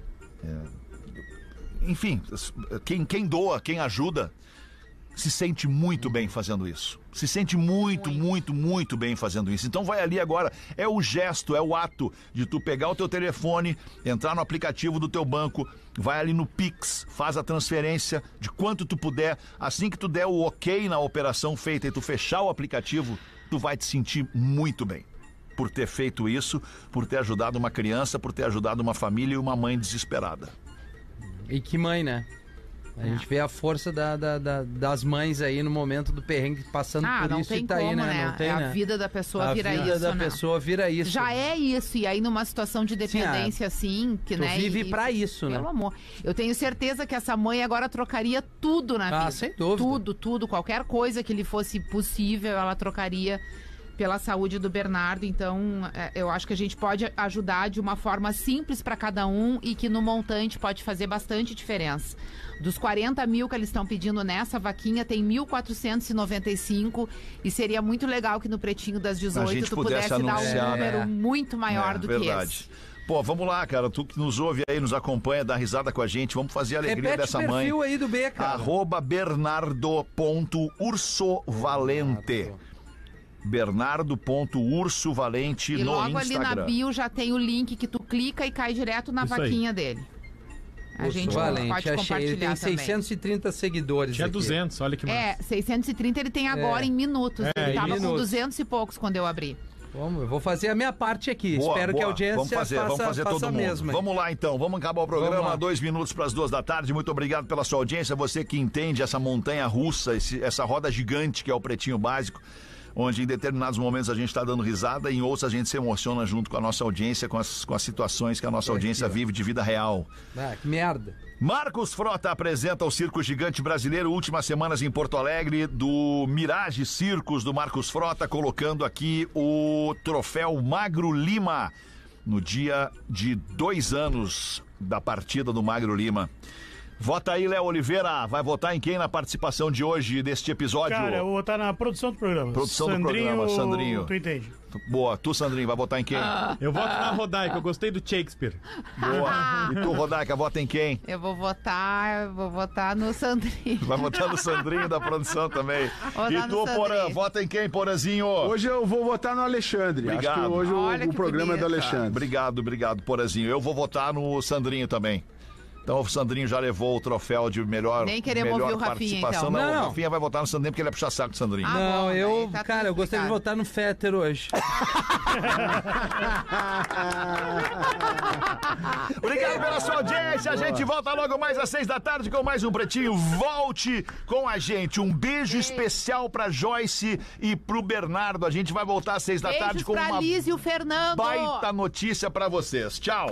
é- enfim, s- quem, quem doa, quem ajuda, se sente muito bem fazendo isso. Se sente muito, muito, muito, bem fazendo isso. Então vai ali agora. É o gesto, é o ato de tu pegar o teu telefone, entrar no aplicativo do teu banco, vai ali no Pix, faz a transferência de quanto tu puder. Assim que tu der o ok na operação feita e tu fechar o aplicativo, tu vai te sentir muito bem. Por ter feito isso, por ter ajudado uma criança, por ter ajudado uma família e uma mãe desesperada.
E que mãe, né? A
É.
gente vê a força da- da- da- das mães aí no momento do perrengue passando
Ah,
por
não
isso
tem
e tá
como,
aí, né?
né?
Não tem,
É a
né?
vida da pessoa
a
vira
vida
isso,
da
né?
pessoa vira isso. né?
Já é isso, e aí numa situação de
Sim, ah,
dependência assim, que
Tu
né?
vive
e-
pra isso, né?
Pelo amor. Eu tenho certeza que essa mãe agora trocaria tudo na
Ah,
vida.
sem dúvida.
Tudo, tudo, qualquer coisa que lhe fosse possível, ela trocaria pela saúde do Bernardo. Então, é, eu acho que a gente pode ajudar de uma forma simples para cada um e que no montante pode fazer bastante diferença. Dos 40 mil que eles estão pedindo nessa vaquinha, tem 1.495 e seria muito legal que no Pretinho das 18
gente
tu
pudesse
pudesse, dar um
anunciar,
número
né?
muito maior do que esse.
É Verdade. Pô, vamos lá, cara. Tu que nos ouve aí, nos acompanha, dá risada com a gente. Vamos fazer a alegria
Repete
dessa
o
mãe.
perfil aí do B, cara.
Arroba bernardo.ursovalente. Bernardo.ursovalente
E
no
logo
Instagram.
ali na bio já tem o link que tu clica e cai direto na
Isso aí.
vaquinha dele. A gente
Valente,
pode
achei. Ele
compartilhar
tem
também.
630 seguidores.
Tinha
aqui.
200, É olha que massa.
É, 630 ele tem agora
É.
em minutos.
É,
ele
em
tava com
minutos.
200 e poucos quando eu abri.
Vamos, eu vou fazer a minha parte aqui.
Boa,
Espero que a
boa.
audiência
vamos fazer,
faça,
vamos fazer
faça
todo
a
mundo.
mesma.
Vamos lá então, vamos acabar o
Vamos
programa.
lá.
Dois minutos para as duas da tarde. Muito obrigado pela sua audiência. Você que entende essa montanha russa, esse- essa roda gigante que é o Pretinho Básico. Onde em determinados momentos a gente está dando risada, em outros a gente se emociona junto com a nossa audiência, com as, com as situações que a nossa audiência vive de vida real.
Ah, que merda.
Marcos Frota apresenta o Circo Gigante Brasileiro, últimas semanas em Porto Alegre, do Mirage Circos do Marcos Frota, colocando aqui o troféu Magro Lima, no dia de dois anos da partida do Magro Lima. Vota aí, Léo Oliveira. Vai votar em quem na participação de hoje deste episódio?
Cara, eu vou estar na produção do programa.
Produção do programa, Sandrinho.
Tu entende?
Boa. Tu, Sandrinho, vai votar em quem?
Ah.
Eu voto na Rodaica, eu gostei do Shakespeare.
Boa. E tu, Rodaica, vota em quem?
Eu vou votar, eu vou votar no Sandrinho.
Vai votar no Sandrinho da produção também.
Vou
e
dar
tu,
no
Porã,
Sandrinho.
vota em quem, Porãzinho?
Hoje eu vou votar no Alexandre. Acho
Obrigado.
que hoje o-
Olha
o,
que
programa é do
bonito.
Alexandre.
Tá. Obrigado, obrigado, Porazinho. Eu vou votar no Sandrinho também. Então o Sandrinho já levou o troféu de melhor,
Nem queremos
melhor
ouvir o Rafinha,
participação.
então.
Não,
Não,
o
não.
Rafinha vai votar no Sandrinho porque ele é puxar saco do Sandrinho.
Ah,
Não,
bom,
eu,
daí tá
cara, eu gostaria de
tudo
votar no Fetter hoje.
Obrigado pela sua audiência. A gente volta logo mais às seis da tarde com mais um Pretinho. Volte com a gente. Um beijo especial pra Joyce e pro Bernardo. A gente vai voltar às seis da tarde
Beijos
com
pra
uma
Liz e o Fernando.
baita notícia pra vocês. Tchau.